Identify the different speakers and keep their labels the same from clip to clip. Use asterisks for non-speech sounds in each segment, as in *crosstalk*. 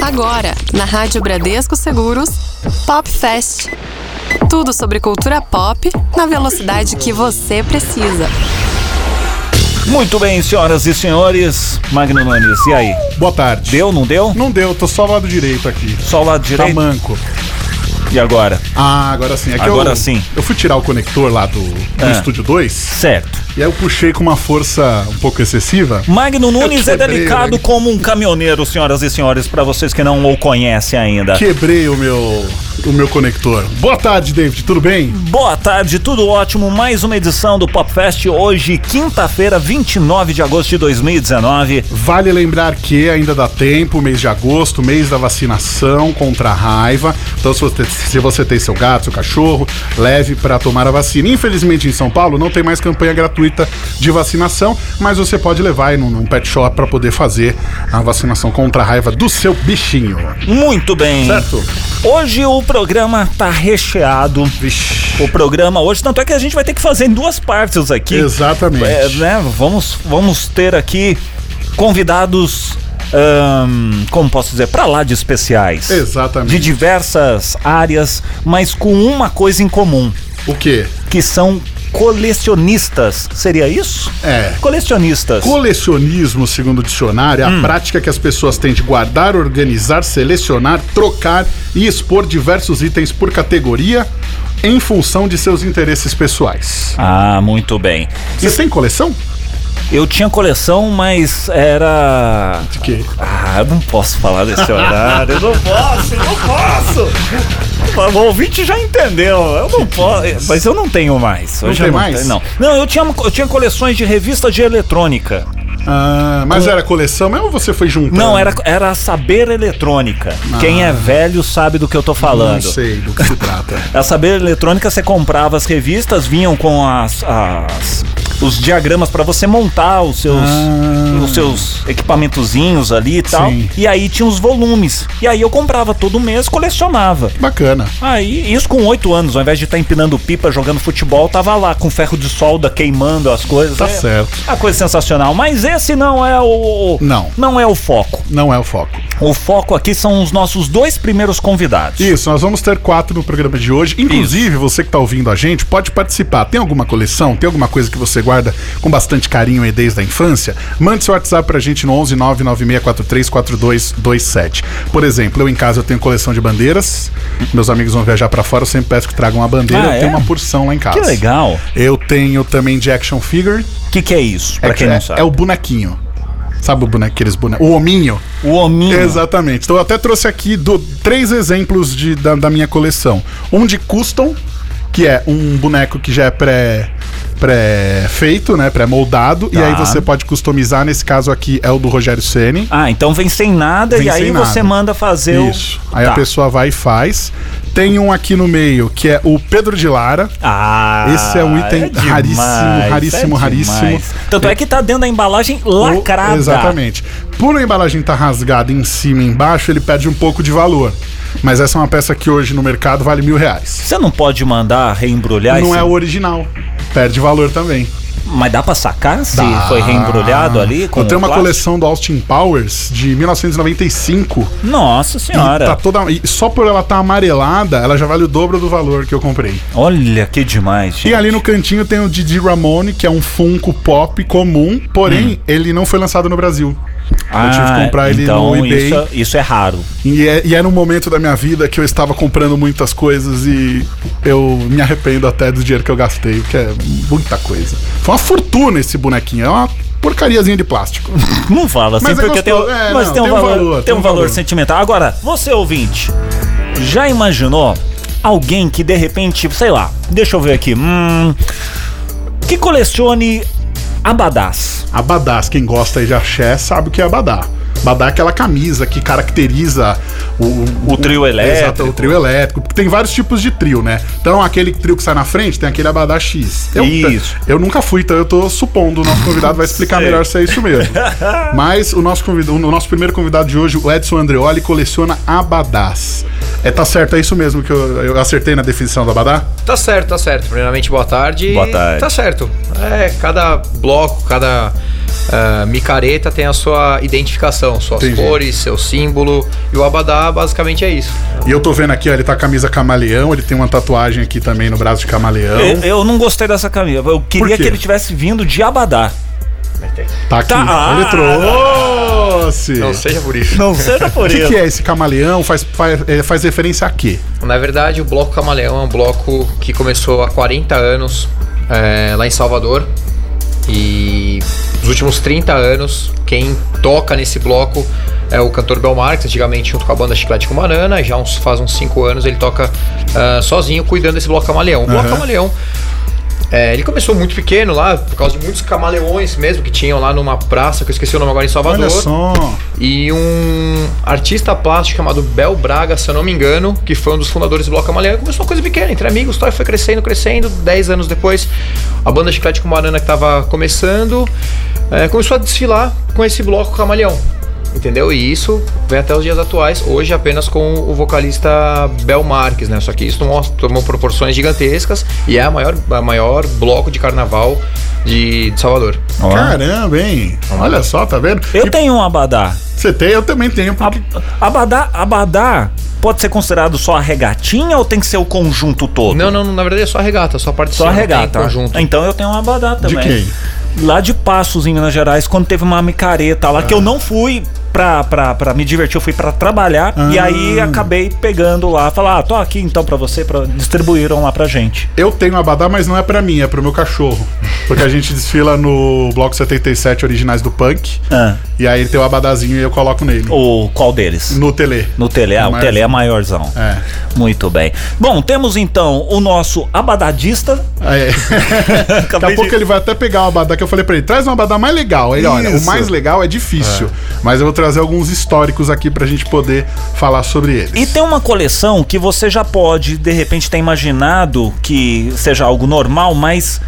Speaker 1: Agora, na Rádio Bradesco Seguros, Pop Fest. Tudo sobre cultura pop na velocidade que você precisa.
Speaker 2: Muito bem, senhoras e senhores. Magno Nunes, e aí?
Speaker 3: Boa tarde.
Speaker 2: Deu, não deu?
Speaker 3: Não deu, tô só o lado direito aqui.
Speaker 2: Só o lado
Speaker 3: Tá
Speaker 2: direito?
Speaker 3: manco.
Speaker 2: E agora?
Speaker 3: Ah, agora sim. É que
Speaker 2: Agora
Speaker 3: eu,
Speaker 2: sim.
Speaker 3: Eu fui tirar o conector lá do, do
Speaker 2: Ah.
Speaker 3: estúdio 2
Speaker 2: Certo.
Speaker 3: e aí eu puxei com uma força um pouco excessiva.
Speaker 2: Magno Nunes é
Speaker 3: quebrei, né?
Speaker 2: delicado
Speaker 3: Magno.
Speaker 2: como um caminhoneiro, senhoras e senhores, pra vocês que não o conhecem ainda.
Speaker 3: Quebrei o meu o meu conector. Boa tarde, David. Tudo bem?
Speaker 2: Boa tarde, tudo ótimo. Mais uma edição do Popfest hoje, quinta-feira, 29 de agosto de 2019.
Speaker 3: Vale lembrar que ainda dá tempo, mês de agosto, mês da vacinação contra a raiva. Então, se você, se você tem seu gato, seu cachorro, leve para tomar a vacina. Infelizmente, em São Paulo, não tem mais campanha gratuita de vacinação, mas você pode levar aí num, num pet shop para poder fazer a vacinação contra a raiva do seu bichinho.
Speaker 2: Muito bem.
Speaker 3: Certo?
Speaker 2: Hum. Hoje o programa tá recheado.
Speaker 3: Vixe.
Speaker 2: O programa hoje, tanto é que a gente vai ter que fazer em duas partes aqui.
Speaker 3: Exatamente.
Speaker 2: É, né? Vamos, vamos ter aqui convidados, ahn, como posso dizer, pra lá de especiais.
Speaker 3: Exatamente.
Speaker 2: De diversas áreas, mas com uma coisa em comum,
Speaker 3: O quê?
Speaker 2: que são colecionistas. Seria isso?
Speaker 3: É.
Speaker 2: Colecionistas.
Speaker 3: Colecionismo, segundo o dicionário, é a prática que as pessoas têm de guardar, organizar, selecionar, trocar e expor diversos itens por categoria em função de seus interesses pessoais.
Speaker 2: ah, muito bem.
Speaker 3: Você tem coleção?
Speaker 2: Eu tinha coleção, mas era.
Speaker 3: De quê?
Speaker 2: Ah, eu não posso falar desse horário. Eu não posso, eu não posso. O ouvinte já entendeu. Eu não posso. Mas eu não tenho mais.
Speaker 3: Não
Speaker 2: eu já
Speaker 3: tem mais?
Speaker 2: tenho, Não. Não, eu tinha, eu tinha coleções de revistas de eletrônica.
Speaker 3: Ah, mas era coleção mesmo ou você foi juntando?
Speaker 2: Não, era, era saber eletrônica. Quem é velho sabe do que eu tô
Speaker 3: Ah. Não
Speaker 2: falando.
Speaker 3: sei do que se trata.
Speaker 2: A Saber Eletrônica você comprava as revistas, vinham com as, as- os diagramas pra você montar os seus os seus equipamentozinhos ali e tal.
Speaker 3: Ah. Sim.
Speaker 2: E aí tinha os volumes. E aí eu comprava todo mês, colecionava.
Speaker 3: Bacana.
Speaker 2: Aí, isso com oito anos, ao invés de estar empinando pipa, jogando futebol, tava lá com ferro de solda, queimando as coisas.
Speaker 3: Tá
Speaker 2: É
Speaker 3: certo.
Speaker 2: Uma coisa sensacional. Mas esse não é o.
Speaker 3: Não.
Speaker 2: Não é o foco.
Speaker 3: Não é o foco.
Speaker 2: O foco aqui são os nossos dois primeiros convidados.
Speaker 3: Isso, nós vamos ter quatro no programa de hoje. Inclusive, você que está ouvindo a gente, pode participar. Tem alguma coleção? Tem alguma coisa que você guarda com bastante carinho aí desde a infância? Mande seu WhatsApp pra gente no 11 996434227. Por exemplo, eu em casa eu tenho coleção de bandeiras. Meus amigos vão viajar pra fora, eu sempre peço que tragam uma bandeira.
Speaker 2: Ah,
Speaker 3: Eu tenho
Speaker 2: é?
Speaker 3: uma porção lá em casa.
Speaker 2: Que legal.
Speaker 3: Eu tenho também de action figure.
Speaker 2: O que, que é isso? Pra
Speaker 3: É-
Speaker 2: quem
Speaker 3: é,
Speaker 2: não sabe.
Speaker 3: É o bonequinho. Sabe o boneco, aqueles bonecos? O hominho.
Speaker 2: O hominho.
Speaker 3: Exatamente. Então eu até trouxe aqui do- três exemplos de- da, da minha coleção. Um de custom, que é um boneco que já é pré pré-feito, né, pré-moldado e
Speaker 2: Tá.
Speaker 3: aí você pode customizar, nesse caso aqui é o do Rogério Ceni.
Speaker 2: Ah, então vem sem nada
Speaker 3: Vem
Speaker 2: e aí
Speaker 3: sem
Speaker 2: você
Speaker 3: nada.
Speaker 2: manda fazer o.
Speaker 3: Isso. Aí
Speaker 2: Tá.
Speaker 3: a pessoa vai e faz. Tem um aqui no meio que é o Pedro de Lara.
Speaker 2: Ah,
Speaker 3: Esse é um item raríssimo, raríssimo, raríssimo.
Speaker 2: é demais. Tanto é que tá dentro da embalagem lacrada.
Speaker 3: O- Exatamente. Por a embalagem estar rasgada em cima e embaixo, ele perde um pouco de valor. Mas essa é uma peça que hoje no mercado vale mil reais.
Speaker 2: Você não pode mandar reembrulhar
Speaker 3: não
Speaker 2: esse-
Speaker 3: é o original. Perde valor também.
Speaker 2: Mas dá pra sacar se
Speaker 3: Dá.
Speaker 2: foi reembrulhado ali? Com
Speaker 3: Eu tenho uma
Speaker 2: plástico?
Speaker 3: coleção do Austin Powers de 1995.
Speaker 2: Nossa
Speaker 3: E
Speaker 2: senhora.
Speaker 3: tá toda, e só por ela estar amarelada, ela já vale o dobro do valor que eu comprei.
Speaker 2: Olha que demais.
Speaker 3: E
Speaker 2: gente.
Speaker 3: ali no cantinho tem o Didi Ramone, que é um Funko Pop comum, porém
Speaker 2: Hum.
Speaker 3: ele não foi lançado no Brasil. eu tive que comprar ele
Speaker 2: então
Speaker 3: no eBay.
Speaker 2: Isso, isso é raro.
Speaker 3: E, é- e era um momento da minha vida que eu estava comprando muitas coisas e eu me arrependo até do dinheiro que eu gastei, que é muita coisa. Foi uma fortuna esse bonequinho, é uma porcariazinha de plástico.
Speaker 2: Não fala assim,
Speaker 3: Mas é
Speaker 2: porque tem,
Speaker 3: gostoso. É,
Speaker 2: mas
Speaker 3: não,
Speaker 2: tem, um valor, tem um valor
Speaker 3: valor.
Speaker 2: sentimental. Agora, você ouvinte, já imaginou alguém que de repente, sei lá, deixa eu ver aqui, hum, que colecione abadás?
Speaker 3: Abadás, quem gosta aí de axé sabe o que é abadá. Abadá é aquela camisa que caracteriza o,
Speaker 2: O trio elétrico.
Speaker 3: Exato, o trio elétrico. Porque tem vários tipos de trio, né? Então, aquele trio que sai na frente tem aquele abadá X. Eu,
Speaker 2: Isso.
Speaker 3: Eu nunca fui, então eu tô supondo. O nosso convidado vai explicar
Speaker 2: Sei.
Speaker 3: melhor se é isso
Speaker 2: *laughs*
Speaker 3: mesmo. Mas o nosso, convidado, o nosso primeiro convidado de hoje, o Edson Andreoli, coleciona abadás. É, tá certo, é isso mesmo que eu, eu acertei na definição do abadá?
Speaker 4: Tá certo, tá certo. Primeiramente, boa tarde.
Speaker 2: Boa tarde.
Speaker 4: Tá certo. É, cada bloco, cada ah, micareta tem a sua identificação, suas
Speaker 3: Entendi.
Speaker 4: cores, seu símbolo. E o abadá basicamente é isso.
Speaker 3: E eu tô vendo aqui, ó, ele tá com a camisa camaleão, ele tem uma tatuagem aqui também no braço de camaleão.
Speaker 2: Eu, eu não gostei dessa camisa. Eu queria
Speaker 3: quê?
Speaker 2: que ele tivesse vindo de Abadá.
Speaker 3: Tá aqui.
Speaker 2: Tá-
Speaker 3: ele
Speaker 2: Ah!
Speaker 3: trouxe.
Speaker 4: Não seja por isso.
Speaker 2: Não seja
Speaker 3: O
Speaker 2: por
Speaker 3: *laughs* que,
Speaker 2: isso.
Speaker 3: que é esse camaleão? Faz, faz, eh, faz referência a quê?
Speaker 4: Na verdade, o Bloco Camaleão é um bloco que começou há 40 anos é, lá em Salvador. E nos últimos 30 anos, quem toca nesse bloco é o cantor Bel Marques, antigamente junto com a banda Chiclete com Banana. Já uns, faz uns 5 anos ele toca ah, sozinho cuidando desse Bloco Camaleão. O Bloco
Speaker 3: Aham.
Speaker 4: Camaleão é, ele começou muito pequeno lá, por causa de muitos camaleões mesmo que tinham lá numa praça, que eu esqueci o nome agora em Salvador
Speaker 3: Olha só.
Speaker 4: e um artista plástico chamado Bel Braga, se eu não me engano, que foi um dos fundadores do Bloco Amarelo. Começou uma coisa pequena, entre amigos, tal, e foi crescendo, crescendo. Dez anos depois, a banda Chiclete com Banana que estava começando, eh, começou a desfilar com esse bloco camaleão. Entendeu? E isso vem até os dias atuais, hoje apenas com o vocalista Bel Marques, né? Só que isso tomou, tomou proporções gigantescas e é a maior, a maior bloco de carnaval de, de Salvador.
Speaker 2: Ó.
Speaker 3: Caramba, hein? Olha só, tá vendo?
Speaker 2: Eu
Speaker 3: E
Speaker 2: tenho um Abadá.
Speaker 3: Você tem, eu também tenho. porque-
Speaker 2: A- Abadá, Abadá pode ser considerado só a regatinha ou tem que ser o conjunto todo?
Speaker 4: Não, não, na verdade é só a regata, só a parte de
Speaker 2: Só a
Speaker 4: cima, não tem
Speaker 2: regata.
Speaker 4: conjunto.
Speaker 2: Então eu tenho um Abadá também.
Speaker 3: quem? Ah.
Speaker 2: Lá de Passos, em Minas Gerais, quando teve uma micareta lá, que eu não fui pra, pra, pra me divertir, eu fui pra trabalhar. E
Speaker 3: Ah.
Speaker 2: aí acabei pegando lá, falar, ah, tô aqui então pra você, pra... distribuíram lá pra gente.
Speaker 3: Eu tenho abadá, mas não é pra mim, é pro meu cachorro. Porque a gente desfila no bloco 77 Originais do Punk.
Speaker 2: Ah,
Speaker 3: E aí ele tem o abadazinho e eu coloco nele.
Speaker 2: o qual deles?
Speaker 3: No tele.
Speaker 2: No Tele, ah, o
Speaker 3: Hum. Maior-
Speaker 2: Tele é maiorzão.
Speaker 3: É.
Speaker 2: Muito bem. Bom, temos então o nosso abadadista.
Speaker 3: É. Daqui
Speaker 2: Acabei
Speaker 3: a pouco ele vai até pegar o abadá que eu falei pra ele, traz um abadá mais legal. Ele, olha, o
Speaker 2: Isso.
Speaker 3: mais legal é difícil. Mas eu vou trazer alguns históricos aqui pra gente poder falar sobre eles.
Speaker 2: E tem uma coleção que você já pode, de repente, ter imaginado que seja algo normal, mas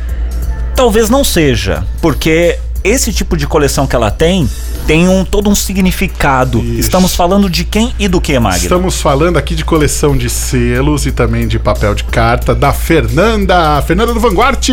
Speaker 2: talvez não seja, porque esse tipo de coleção que ela tem tem um todo um significado.
Speaker 3: Isso.
Speaker 2: Estamos falando de quem e do que, Magno?
Speaker 3: Estamos falando aqui de coleção de selos e também de papel de carta da Fernanda, Fernanda do Vanguard.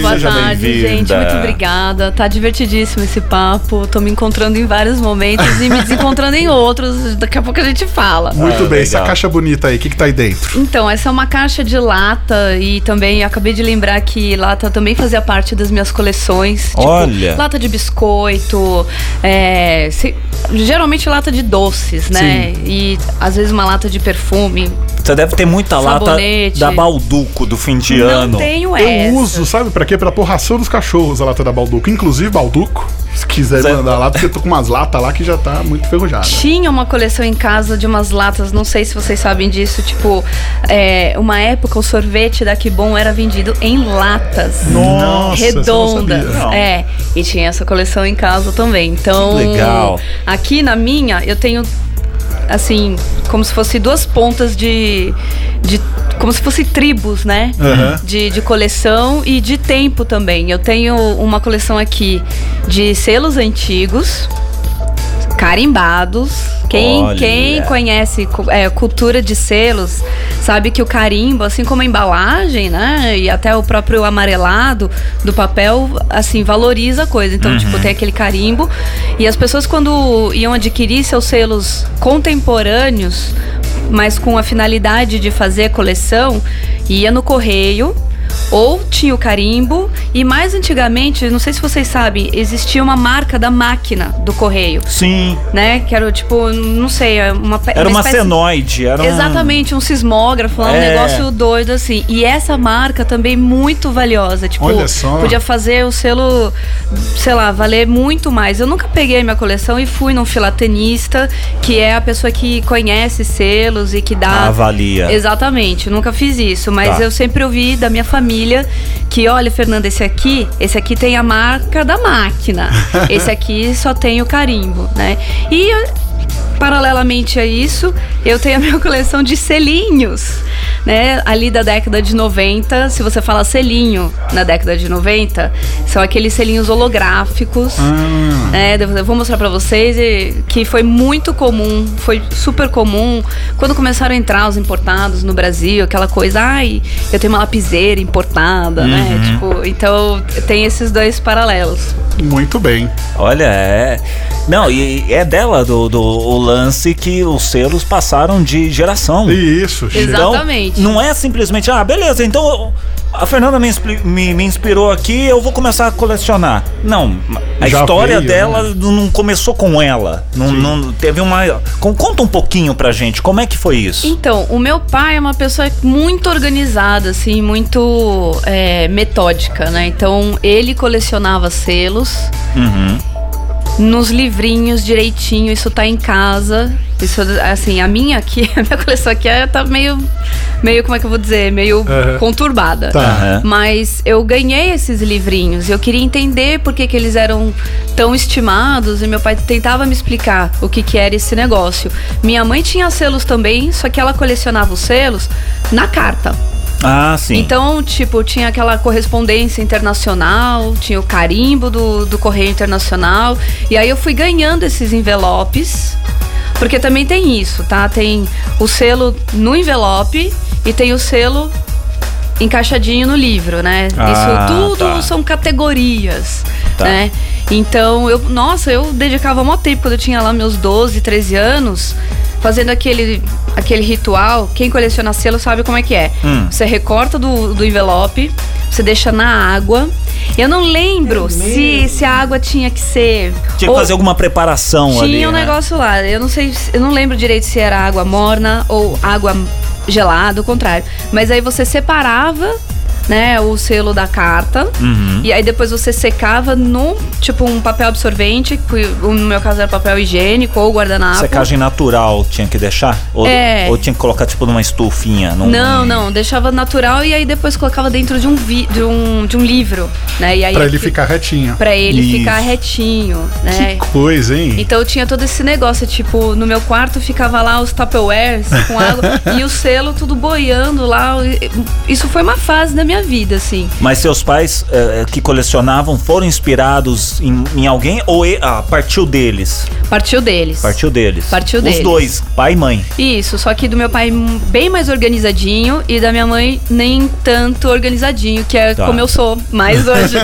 Speaker 5: Boa
Speaker 2: Seja
Speaker 5: tarde,
Speaker 2: bem-vinda.
Speaker 5: gente. Muito obrigada. Tá divertidíssimo esse papo. Tô me encontrando em vários momentos e me desencontrando em outros. Daqui a pouco a gente fala.
Speaker 3: Muito
Speaker 2: Ah,
Speaker 3: bem, essa
Speaker 2: legal.
Speaker 3: caixa bonita aí, o que, que tá aí dentro?
Speaker 5: Então, essa é uma caixa de lata e também eu acabei de lembrar que lata também fazia parte das minhas coleções. Tipo,
Speaker 2: Olha.
Speaker 5: Lata de biscoito, é, se- geralmente lata de doces, né? E às vezes uma lata de perfume.
Speaker 2: Você deve ter muita
Speaker 5: Sabonete.
Speaker 2: lata da Balduco do fim de ano.
Speaker 5: Não
Speaker 3: Eu
Speaker 5: tenho essa.
Speaker 3: uso, sabe pra quê? Pra porração dos cachorros a lata da Balduco. Inclusive, Balduco, se quiser
Speaker 2: Zé-
Speaker 3: mandar lá, porque eu tô com umas latas lá que já tá muito ferrujada.
Speaker 5: Tinha uma coleção em casa de umas latas, não sei se vocês sabem disso, tipo, é, uma época o sorvete da Que Bom era vendido em latas.
Speaker 3: Nossa, essa eu não sabia.
Speaker 5: redondas. É, e tinha essa coleção em casa também. Então,
Speaker 2: Que legal.
Speaker 5: aqui na minha eu tenho assim, como se fosse duas pontas de, de como se fosse tribos, né?
Speaker 3: Aham.
Speaker 5: De, de coleção e de tempo também. Eu tenho uma coleção aqui de selos antigos, carimbados. Quem,
Speaker 2: Olha.
Speaker 5: quem conhece cu- é, cultura de selos sabe que o carimbo, assim como a embalagem, né? E até o próprio amarelado do papel, assim, valoriza a coisa. Então, tipo, tem aquele carimbo. E as pessoas, quando iam adquirir seus selos contemporâneos, mas com a finalidade de fazer coleção, ia no correio. Ou tinha o carimbo, e mais antigamente, não sei se vocês sabem, existia uma marca da máquina do correio,
Speaker 2: Sim,
Speaker 5: né? Que era tipo, não sei, É uma pe-
Speaker 2: era uma
Speaker 5: espécie-
Speaker 2: senoide, era um-
Speaker 5: Exatamente, um sismógrafo, lá, um
Speaker 2: É.
Speaker 5: negócio doido assim. E essa marca também muito valiosa, tipo,
Speaker 3: Olha só.
Speaker 5: podia fazer o selo, sei lá, valer muito mais. Eu nunca peguei minha coleção e fui num filatenista, que é a pessoa que conhece selos e que dá
Speaker 2: avalia.
Speaker 5: Exatamente, nunca fiz isso, mas
Speaker 2: Tá.
Speaker 5: eu sempre ouvi da minha família que, olha, Fernanda, esse aqui, esse aqui tem a marca
Speaker 2: *laughs*
Speaker 5: da máquina. Esse aqui só tem o carimbo, né? E *laughs* eu- paralelamente a isso, eu tenho a minha coleção de selinhos. né, ali da década de 90, se você fala selinho na década de 90, são aqueles selinhos holográficos. né, devo- eu vou mostrar pra vocês e- que foi muito comum, foi super comum quando começaram a entrar os importados no Brasil, aquela coisa, ai, eu tenho uma lapiseira importada, né? Tipo, então tem esses dois paralelos.
Speaker 3: Muito bem.
Speaker 2: Olha, é. Não, e é dela do, do o lance que os selos passaram de geração.
Speaker 3: E isso, Chico.
Speaker 5: Exato. Exatamente.
Speaker 2: Não é simplesmente, ah, beleza, então eu- a Fernanda me, expli- me- me inspirou aqui, eu vou começar a colecionar. Não, a
Speaker 3: Já
Speaker 2: história
Speaker 3: veio, né?
Speaker 2: dela não começou com ela. Não, não- teve uma. com- Conta um pouquinho pra gente, como é que foi isso?
Speaker 5: Então, o meu pai é uma pessoa muito organizada, assim, muito é, metódica, né? Então, ele colecionava selos
Speaker 2: Uhum.
Speaker 5: nos livrinhos direitinho, isso tá em casa. Isso, assim, a minha aqui, *laughs* a minha coleção aqui é, tá meio, meio, como é que eu vou dizer? Meio
Speaker 3: Aham.
Speaker 5: conturbada.
Speaker 3: Tá.
Speaker 2: Aham.
Speaker 5: Mas eu ganhei esses livrinhos. e Eu queria entender por que, que eles eram tão estimados. E meu pai tentava me explicar o que, que era esse negócio. Minha mãe tinha selos também, só que ela colecionava os selos na carta.
Speaker 2: Ah, sim.
Speaker 5: Então, tipo, tinha aquela correspondência internacional, tinha o carimbo do, do Correio Internacional. E aí eu fui ganhando esses envelopes. Porque também tem isso, tá? Tem o selo no envelope e tem o selo encaixadinho no livro, né?
Speaker 2: Ah,
Speaker 5: isso tudo
Speaker 2: tá.
Speaker 5: Então, são categorias,
Speaker 2: Tá.
Speaker 5: né? Então, eu, nossa, eu dedicava mó tempo quando eu tinha lá meus 12, 13 anos, fazendo aquele, aquele ritual. Quem coleciona selo sabe como é que é.
Speaker 2: Hum.
Speaker 5: Você recorta do, do envelope, você deixa na água. Eu não lembro se, se a água tinha que ser.
Speaker 2: Tinha que
Speaker 5: ou-
Speaker 2: fazer alguma preparação
Speaker 5: tinha
Speaker 2: ali.
Speaker 5: um
Speaker 2: né?
Speaker 5: negócio lá. Eu não sei, se- eu não lembro direito se era água morna ou água gelada, o contrário. Mas aí você separava, né, o selo da carta.
Speaker 2: Uhum.
Speaker 5: E aí depois você secava num, tipo, um papel absorvente, que no meu caso era papel higiênico ou guardanapo.
Speaker 2: Secagem natural tinha que deixar? Ou,
Speaker 5: Ah, É.
Speaker 2: ou tinha que colocar tipo numa estufinha? Num,
Speaker 5: Não, não, deixava natural e aí depois colocava dentro de um, vi, de um, de um livro, né? E aí
Speaker 3: Pra ele
Speaker 5: aqui-
Speaker 3: ficar retinho.
Speaker 5: pra ele
Speaker 2: Isso.
Speaker 5: ficar retinho, né?
Speaker 3: Que coisa, hein?
Speaker 5: Então eu tinha todo esse negócio, tipo, no meu quarto ficava lá os Tupperwares
Speaker 2: *laughs*
Speaker 5: com água e o selo tudo boiando lá. Isso foi uma fase da minha vida, assim.
Speaker 2: Mas seus pais eh, que colecionavam foram inspirados em, em alguém ou e- ah, partiu deles?
Speaker 5: Partiu deles.
Speaker 2: Partiu deles.
Speaker 5: Partiu
Speaker 2: Os
Speaker 5: deles.
Speaker 2: dois, pai e mãe.
Speaker 5: Isso, só que do meu pai hum, bem mais organizadinho e da minha mãe nem tanto organizadinho, que é
Speaker 2: Tá.
Speaker 5: como eu sou
Speaker 2: *laughs*
Speaker 5: mais hoje.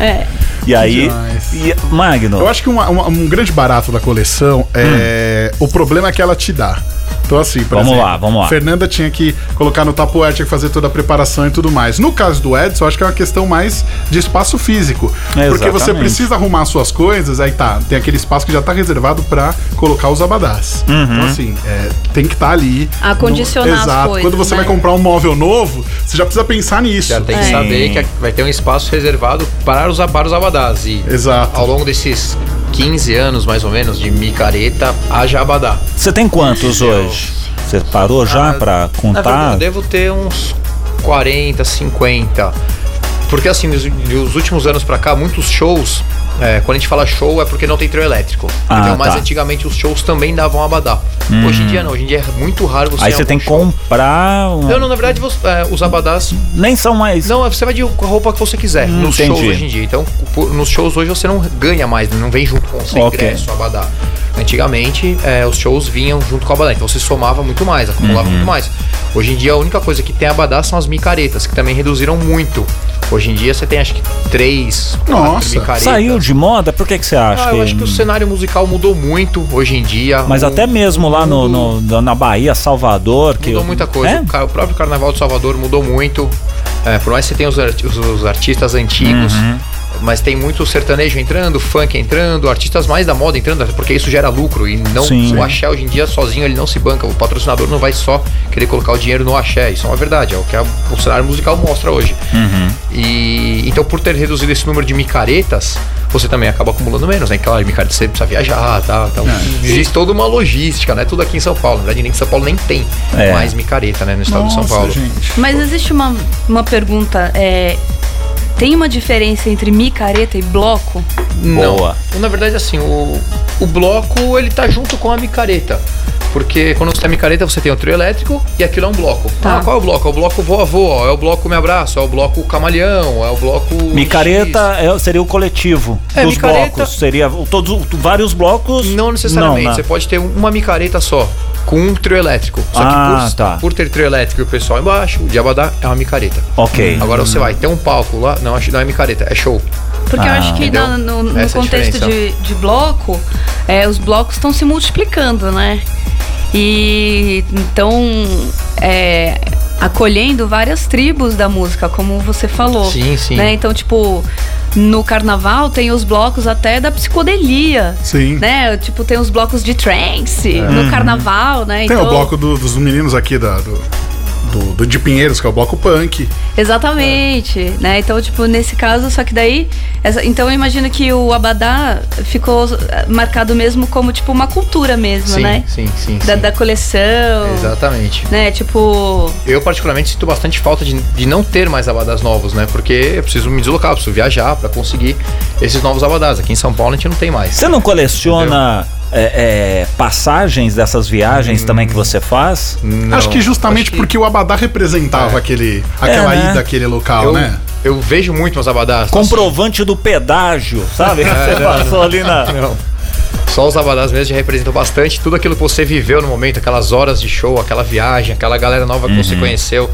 Speaker 5: é.
Speaker 2: E aí.
Speaker 3: demais.
Speaker 2: e- Magno.
Speaker 3: Eu acho que uma- uma- um grande barato da coleção é o problema que ela te dá. Então, assim, por
Speaker 2: Hum. Vamos
Speaker 3: exemplo,
Speaker 2: lá, vamos lá.
Speaker 3: Fernanda tinha que colocar no tapoé, tinha que fazer toda a preparação e tudo mais. No caso do Edson, eu acho que é uma questão mais de espaço físico.
Speaker 2: É,
Speaker 3: Porque você
Speaker 2: exatamente.
Speaker 3: precisa arrumar as suas coisas, aí tá, tem aquele espaço que já tá reservado pra colocar os abadás.
Speaker 2: Uhum.
Speaker 3: Então, assim, é, tem que estar ali.
Speaker 5: Acondicionar
Speaker 3: no-
Speaker 5: as
Speaker 3: Exato.
Speaker 5: coisas,
Speaker 3: Quando você
Speaker 5: né?
Speaker 3: vai comprar um móvel novo, você já precisa pensar nisso.
Speaker 4: Já tem que
Speaker 2: É.
Speaker 4: saber que vai ter um espaço reservado para os, para os abadás. E
Speaker 3: Exato.
Speaker 4: ao longo desses 15 anos, mais ou menos, de micareta, haja abadá.
Speaker 2: Você tem quantos hoje? Você parou já pra
Speaker 4: Ah, Na verdade,
Speaker 2: contar?
Speaker 4: eu devo ter uns 40, 50. Porque assim, nos, nos últimos anos pra cá, muitos shows. é, quando a gente fala show é porque não tem trio elétrico.
Speaker 2: Ah,
Speaker 4: então, mas
Speaker 2: tá. Hum.
Speaker 4: antigamente os shows também davam abadá. Hoje em dia não, hoje em dia é muito raro você
Speaker 2: aí
Speaker 4: ir a
Speaker 2: você
Speaker 4: algum
Speaker 2: tem que
Speaker 4: show.
Speaker 2: comprar. um-
Speaker 4: Não, não, na verdade você- é, os abadás
Speaker 2: Nem são mais.
Speaker 4: não, você vai de com a roupa que você quiser.
Speaker 2: Hum,
Speaker 4: nos
Speaker 2: entendi.
Speaker 4: shows hoje em dia. Então, por- nos shows hoje você não ganha mais, né? não vem junto com o seu
Speaker 2: Ok.
Speaker 4: ingresso, abadá. Antigamente, é, os shows vinham junto com o abadá, então você somava muito mais, acumulava
Speaker 2: Uhum.
Speaker 4: muito mais. Hoje em dia, a única coisa que tem abadá são as micaretas, que também reduziram muito. Hoje em dia você tem acho que três, quatro
Speaker 3: Nossa,
Speaker 4: micaretas.
Speaker 2: Saiu de moda? Por que, que você acha?
Speaker 4: Ah, eu acho que o tá cenário musical mudou muito hoje em dia. Um
Speaker 2: Mas
Speaker 4: O-
Speaker 2: até mesmo lá no, no- na Bahia, Salvador. Que...
Speaker 4: Mudou muita coisa.
Speaker 2: É?
Speaker 4: O ca- O próprio Carnaval de Salvador mudou muito. É, por mais que você tenha os, arti- os- os artistas antigos,
Speaker 2: Uhum.
Speaker 4: mas tem muito sertanejo entrando, funk entrando, artistas mais da moda entrando, porque isso gera lucro. E não
Speaker 2: Sim.
Speaker 4: o axé hoje em dia sozinho ele não se banca. O patrocinador não vai só querer colocar o dinheiro no axé. Isso é uma verdade, é o que a- o cenário musical mostra hoje.
Speaker 3: Uhum.
Speaker 4: E então, por ter reduzido esse número de micaretas, você também acaba acumulando menos, né? Claro, micareta você precisa viajar, tá? Então,
Speaker 3: É.
Speaker 4: existe toda uma logística, né? Tudo aqui em São Paulo. Na verdade, nem em São Paulo nem tem
Speaker 2: É.
Speaker 4: mais micareta, né? No estado
Speaker 3: Nossa,
Speaker 4: de São Paulo.
Speaker 3: gente.
Speaker 5: Mas existe uma, uma pergunta, é, tem uma diferença entre micareta e bloco?
Speaker 4: Não. Então,
Speaker 2: Boa.
Speaker 4: Na verdade, assim, o, o bloco ele tá junto com a micareta. Porque quando você tem a micareta, você tem o trio elétrico e aquilo é um bloco.
Speaker 5: Tá.
Speaker 4: Ah, qual é o bloco? É o bloco vovô, é o bloco me abraço, é o bloco camaleão, é o bloco.
Speaker 2: Micareta é- seria o coletivo
Speaker 4: É,
Speaker 2: dos
Speaker 4: micareta-
Speaker 2: blocos. Seria o- todos, o- vários blocos.
Speaker 4: Não necessariamente.
Speaker 2: Não, né?
Speaker 4: Você pode ter uma micareta só, com um trio elétrico. Só
Speaker 2: Ah,
Speaker 4: que por,
Speaker 2: tá.
Speaker 4: por ter trio elétrico e o pessoal embaixo, o Diabadá é uma micareta.
Speaker 2: Ok.
Speaker 4: Agora você vai, tem um palco lá. Não, acho- não é micareta, é show.
Speaker 5: Porque eu
Speaker 2: Ah.
Speaker 5: acho que
Speaker 4: Entendeu?
Speaker 5: na- no, no
Speaker 4: Essa é a
Speaker 5: contexto de,
Speaker 4: diferença.
Speaker 5: de bloco, é, os blocos estão se multiplicando, né? E então é, acolhendo várias tribos da música, como você falou.
Speaker 4: Sim, sim.
Speaker 5: né? Então, tipo, no carnaval tem os blocos até da psicodelia.
Speaker 3: Sim.
Speaker 5: Né? Tipo, tem os blocos de trance
Speaker 4: Uhum.
Speaker 5: no carnaval, né?
Speaker 3: Tem
Speaker 5: então,
Speaker 3: o bloco do- dos meninos aqui da, do, do- do de Pinheiros, que é o bloco punk.
Speaker 5: Exatamente,
Speaker 4: É.
Speaker 5: né? Então, tipo, nesse caso, só que daí. essa- então eu imagino que o Abadá ficou eh, marcado mesmo como, tipo, uma cultura mesmo,
Speaker 4: Sim,
Speaker 5: né?
Speaker 4: sim, sim.
Speaker 5: Da,
Speaker 4: sim.
Speaker 5: da coleção.
Speaker 4: Exatamente.
Speaker 5: Né? Tipo.
Speaker 4: Eu, particularmente, sinto bastante falta de, de não ter mais abadás novos, né? Porque eu preciso me deslocar, eu preciso viajar pra conseguir esses novos abadás. Aqui em São Paulo a gente não tem mais.
Speaker 2: Você não coleciona é, é, passagens dessas viagens
Speaker 4: Hum.
Speaker 2: também que você faz?
Speaker 4: Não,
Speaker 3: acho que justamente
Speaker 4: acho que
Speaker 3: porque o Abadá representava aquele, aquela
Speaker 2: É, né?
Speaker 3: ida àquele local,
Speaker 4: eu,
Speaker 3: né?
Speaker 4: eu vejo muito meus abadás.
Speaker 2: Comprovante do pedágio,
Speaker 3: É,
Speaker 2: sabe? Que *laughs* você passou ali na.
Speaker 4: Não. Só os abadás mesmo já representam bastante tudo aquilo que você viveu no momento, aquelas horas de show, aquela viagem, aquela galera nova que você conheceu.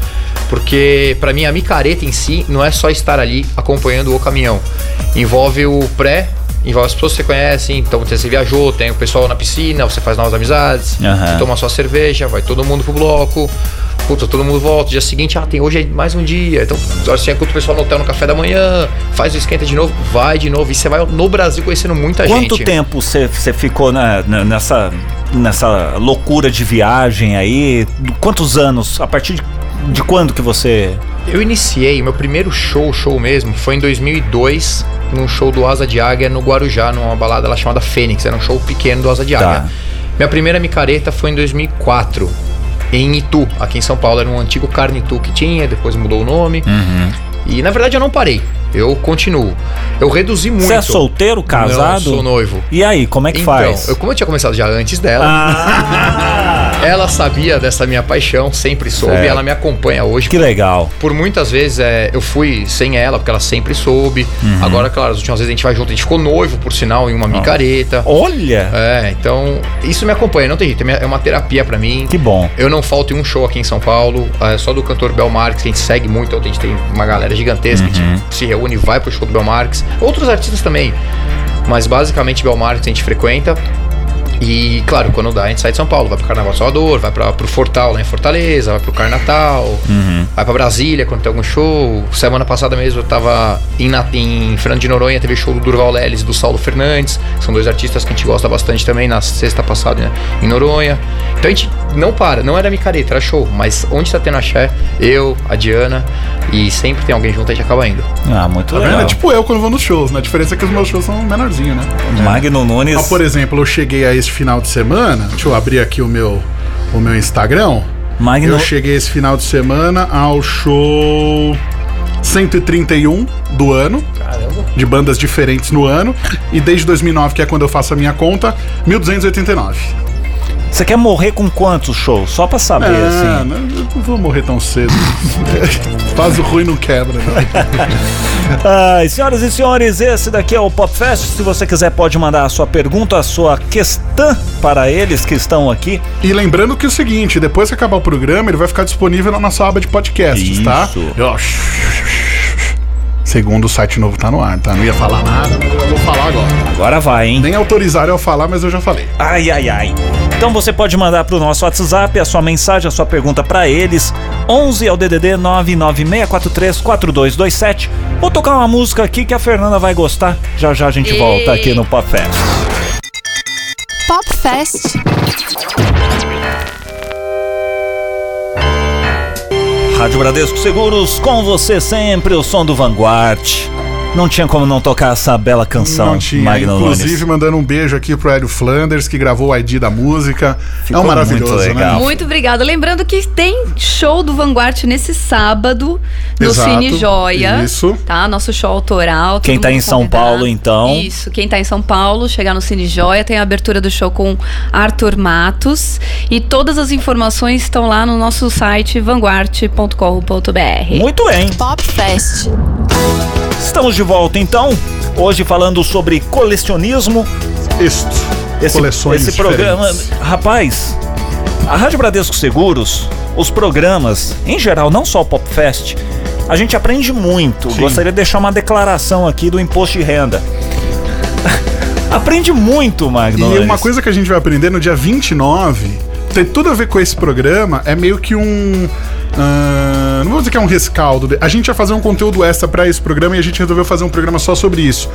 Speaker 4: Porque, pra mim, a micareta em si não é só estar ali acompanhando o caminhão. Envolve o pré, envolve as pessoas que você conhece, então você viajou, tem o pessoal na piscina, você faz novas amizades,
Speaker 2: Aham.
Speaker 4: você toma sua cerveja, vai todo mundo pro bloco. Puta, todo mundo volta. Dia seguinte, ah, tem hoje é mais um dia. Então, você encontra o pessoal no hotel no café da manhã, faz o esquenta de novo, vai de novo. E você vai no Brasil conhecendo muita gente.
Speaker 2: Quanto tempo você você ficou na- na- nessa, nessa loucura de viagem aí? Do- Quantos anos? A partir de, de quando que você.
Speaker 4: Eu iniciei, meu primeiro show, show mesmo, foi em 2002, num show do Asa de Águia no Guarujá, numa balada lá chamada Fênix. Era um show pequeno do Asa de
Speaker 2: Tá.
Speaker 4: Águia. Minha primeira micareta foi em 2004, em Itu, aqui em São Paulo. Era um antigo Carne Itu que tinha, depois mudou o nome.
Speaker 2: Uhum.
Speaker 4: E na verdade eu não parei, eu continuo. Eu reduzi muito.
Speaker 2: Você é solteiro,
Speaker 4: Não,
Speaker 2: casado?
Speaker 4: sou noivo. Então,
Speaker 2: E aí, como é que
Speaker 3: Então,
Speaker 2: faz?
Speaker 4: eu, como eu tinha começado já antes dela,
Speaker 2: Ah,
Speaker 4: ela sabia dessa minha paixão, sempre soube,
Speaker 2: Certo.
Speaker 4: ela me acompanha hoje.
Speaker 2: que legal.
Speaker 4: Por muitas vezes é, eu fui sem ela, porque ela sempre soube. Agora, claro, as últimas vezes a gente vai junto, a gente ficou noivo, por sinal, em uma micareta.
Speaker 2: Olha,
Speaker 4: É, então, isso me acompanha, não tem jeito, é minha- é uma terapia pra mim.
Speaker 2: que bom.
Speaker 4: Eu não falto em um show aqui em São Paulo, é, só do cantor Bel Marques, que a gente segue muito, então a gente tem uma galera gigantesca que a gente se reúne e vai pro show do Bel Marques. Outros artistas também, mas basicamente Bel Marques a gente frequenta. E, claro, quando dá, a gente sai de São Paulo, vai pro Carnaval de Salvador, vai pra, pro Fortal lá em Fortaleza, vai pro Carnatal, vai pra Brasília quando tem algum show. Semana passada mesmo eu tava em, Na- em Fernando de Noronha, teve show do Durval Lelis e do Saulo Fernandes, que são dois artistas que a gente gosta bastante também, na sexta passada né, em Noronha. Então a gente não para, não era micareta, era show, mas onde tá tendo axé, eu, a Diana, e sempre tem alguém junto, a gente acaba indo.
Speaker 2: Ah, muito
Speaker 3: Tá vendo?
Speaker 2: legal.
Speaker 3: É tipo eu quando vou nos shows, né? A diferença é que os meus shows são menorzinhos, né?
Speaker 2: Magno Nunes.
Speaker 3: Mas, Ah, por exemplo, eu cheguei a esse final de semana. Deixa eu abrir aqui o meu, o meu Instagram.
Speaker 2: Magno-
Speaker 3: Eu cheguei esse final de semana ao show 131 do ano.
Speaker 4: Caramba.
Speaker 3: De bandas diferentes no ano. E desde 2009, que é quando eu faço a minha conta, 1.289.
Speaker 2: Você quer morrer com quantos shows? Só pra saber,
Speaker 3: Ah,
Speaker 2: assim.
Speaker 3: não, eu não vou morrer tão cedo. *laughs* Faz o ruim não quebra, não.
Speaker 2: Ai, senhoras e senhores, esse daqui é o Popfest. Se você quiser, pode mandar a sua pergunta, a sua questão para eles que estão aqui.
Speaker 3: E lembrando que é o seguinte, depois que acabar o programa, ele vai ficar disponível na nossa aba de podcasts, tá?
Speaker 2: Isso.
Speaker 3: Ó, Segundo o site novo tá no ar, tá? Não ia falar nada, mas eu vou falar agora.
Speaker 2: Agora vai, hein?
Speaker 3: Nem autorizaram eu falar, mas eu já falei.
Speaker 2: Ai, ai, ai. Então você pode mandar para o nosso WhatsApp a sua mensagem, a sua pergunta para eles. 11 é o DDD 996434227. Vou tocar uma música aqui que a Fernanda vai gostar. Já já a gente volta aqui no Popfest.
Speaker 1: Pop Fest.
Speaker 2: Rádio Bradesco Seguros, com você sempre, o som do Vanguard. Não tinha como não tocar essa bela canção,
Speaker 3: Não tinha.
Speaker 2: Magno
Speaker 3: Inclusive,
Speaker 2: Nunes.
Speaker 3: mandando um beijo aqui pro Hélio Flanders, que gravou o ID da música.
Speaker 2: Ficou
Speaker 3: é um maravilhoso,
Speaker 2: muito legal.
Speaker 3: né?
Speaker 5: Muito obrigada. Lembrando que tem show do Vanguard nesse sábado no
Speaker 3: Exato,
Speaker 5: Cine Joia.
Speaker 3: isso.
Speaker 5: Tá? Nosso show autoral. todo
Speaker 2: Quem tá
Speaker 5: mundo
Speaker 2: em São
Speaker 5: convidado.
Speaker 2: Paulo, então.
Speaker 5: Isso. Quem tá em São Paulo, chegar no Cine Joia. Tem a abertura do show com Arthur Matos. E todas as informações estão lá no nosso site vanguard.com.br.
Speaker 2: Muito bem.
Speaker 1: Pop Fest.
Speaker 2: Estamos de volta então, hoje falando sobre colecionismo.
Speaker 3: Isto. Coleções
Speaker 2: esse programa,
Speaker 3: diferentes.
Speaker 2: rapaz, a Rádio Bradesco Seguros, os programas, em geral, não só o Popfest, a gente aprende muito.
Speaker 3: Sim.
Speaker 2: Gostaria de deixar uma declaração aqui do imposto de renda. *laughs* aprende muito,
Speaker 3: E
Speaker 2: Magno.
Speaker 3: uma coisa que a gente vai aprender no dia 29, tem tudo a ver com esse programa, é meio que um. ah, não vou dizer que é um rescaldo. de- A gente ia fazer um conteúdo extra pra esse programa e a gente resolveu fazer um programa só sobre isso.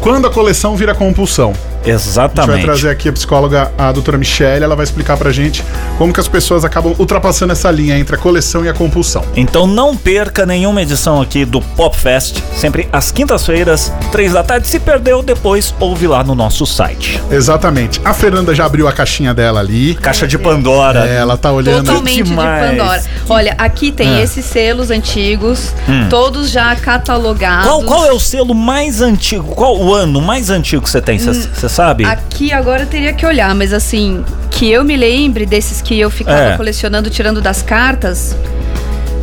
Speaker 3: Quando a coleção vira compulsão. A gente vai
Speaker 2: Exatamente.
Speaker 3: trazer aqui a psicóloga, a doutora Michelle, ela vai explicar pra gente como que as pessoas acabam ultrapassando essa linha entre a coleção e a compulsão.
Speaker 2: Então não perca nenhuma edição aqui do Popfest, sempre às quintas-feiras, três da tarde. Se perdeu, depois ouve lá no nosso site.
Speaker 3: Exatamente. A Fernanda já abriu a caixinha dela ali.
Speaker 2: Caixa de Pandora.
Speaker 3: É, Ela tá olhando.
Speaker 5: Totalmente de
Speaker 2: né? Demais. Ah.
Speaker 5: Pandora. Olha, aqui tem esses selos antigos, todos já catalogados.
Speaker 2: Hum. Qual, qual é o selo mais antigo? Qual o ano mais antigo que você tem? Você sabe?
Speaker 5: Aqui agora eu teria que olhar, mas assim, que eu me lembre desses que eu ficava
Speaker 2: É.
Speaker 5: colecionando, tirando das cartas,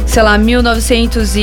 Speaker 5: sei lá,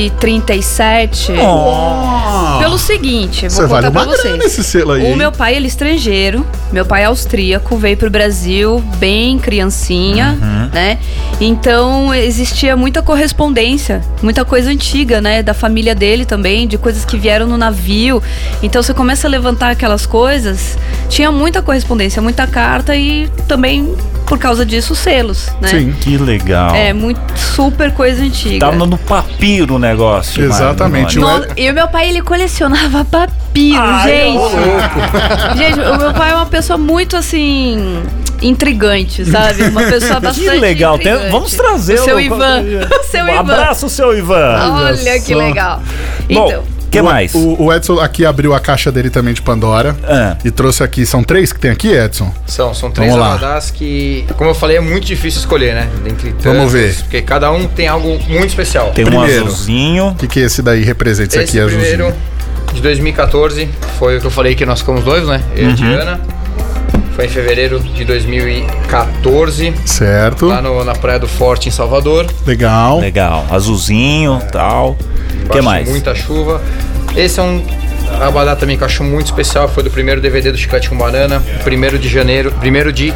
Speaker 5: 1937.
Speaker 2: Oh,
Speaker 5: Pelo seguinte, vou
Speaker 3: Você vale
Speaker 5: contar pra
Speaker 3: uma grana
Speaker 5: vocês.
Speaker 3: esse selo aí.
Speaker 5: O meu pai, ele é estrangeiro, meu pai é austríaco, veio pro Brasil bem criancinha,
Speaker 3: Uhum.
Speaker 5: né? Então existia muita correspondência, muita coisa antiga, né? Da família dele também, de coisas que vieram no navio. Então você começa a levantar aquelas coisas, tinha muita correspondência, muita carta e também, por causa disso, selos, né?
Speaker 3: Sim.
Speaker 2: que legal.
Speaker 5: É, muito, super coisa antiga.
Speaker 2: Tava no papiro o negócio.
Speaker 3: Exatamente.
Speaker 2: Magno.
Speaker 5: No- e o meu pai, ele colecionava papiro, gente. Gente, o meu pai é uma pessoa muito assim. intrigante, sabe? Uma pessoa bastante.
Speaker 2: Que legal. Tem-
Speaker 5: Intrigante.
Speaker 2: vamos trazer Um
Speaker 5: o seu
Speaker 2: *laughs*
Speaker 5: Ivan. O *laughs* seu Ivan.
Speaker 2: Abraço, seu Ivan.
Speaker 5: Olha que
Speaker 3: só.
Speaker 5: legal.
Speaker 2: Bom,
Speaker 5: Então.
Speaker 2: o que
Speaker 3: O-
Speaker 2: mais?
Speaker 3: O, o Edson aqui abriu a caixa dele também de Pandora.
Speaker 2: Ah.
Speaker 3: E trouxe aqui. São três que tem aqui, Edson?
Speaker 4: São, são três
Speaker 3: Vamos lá.
Speaker 4: Abadás que, como eu falei, é muito difícil escolher, né? Dentre tantos,
Speaker 3: Vamos ver.
Speaker 4: Porque cada um tem algo muito especial.
Speaker 2: Tem um
Speaker 3: primeiro.
Speaker 2: azulzinho.
Speaker 3: O que, que esse daí representa? Esse,
Speaker 4: Esse
Speaker 3: aqui é
Speaker 4: primeiro,
Speaker 3: azulzinho.
Speaker 4: de 2014, foi o que eu falei que nós ficamos noivos, né? Eu e a Diana. Foi em fevereiro de 2014,
Speaker 3: Certo.
Speaker 4: lá no- na Praia do Forte, em Salvador.
Speaker 3: Legal.
Speaker 2: Legal. Azulzinho, tal. O que
Speaker 4: Acho
Speaker 2: mais?
Speaker 4: Muita chuva. Esse é um abadá também que eu acho muito especial. Foi do primeiro DVD do Chiclete com Banana, 1 de janeiro, 1 de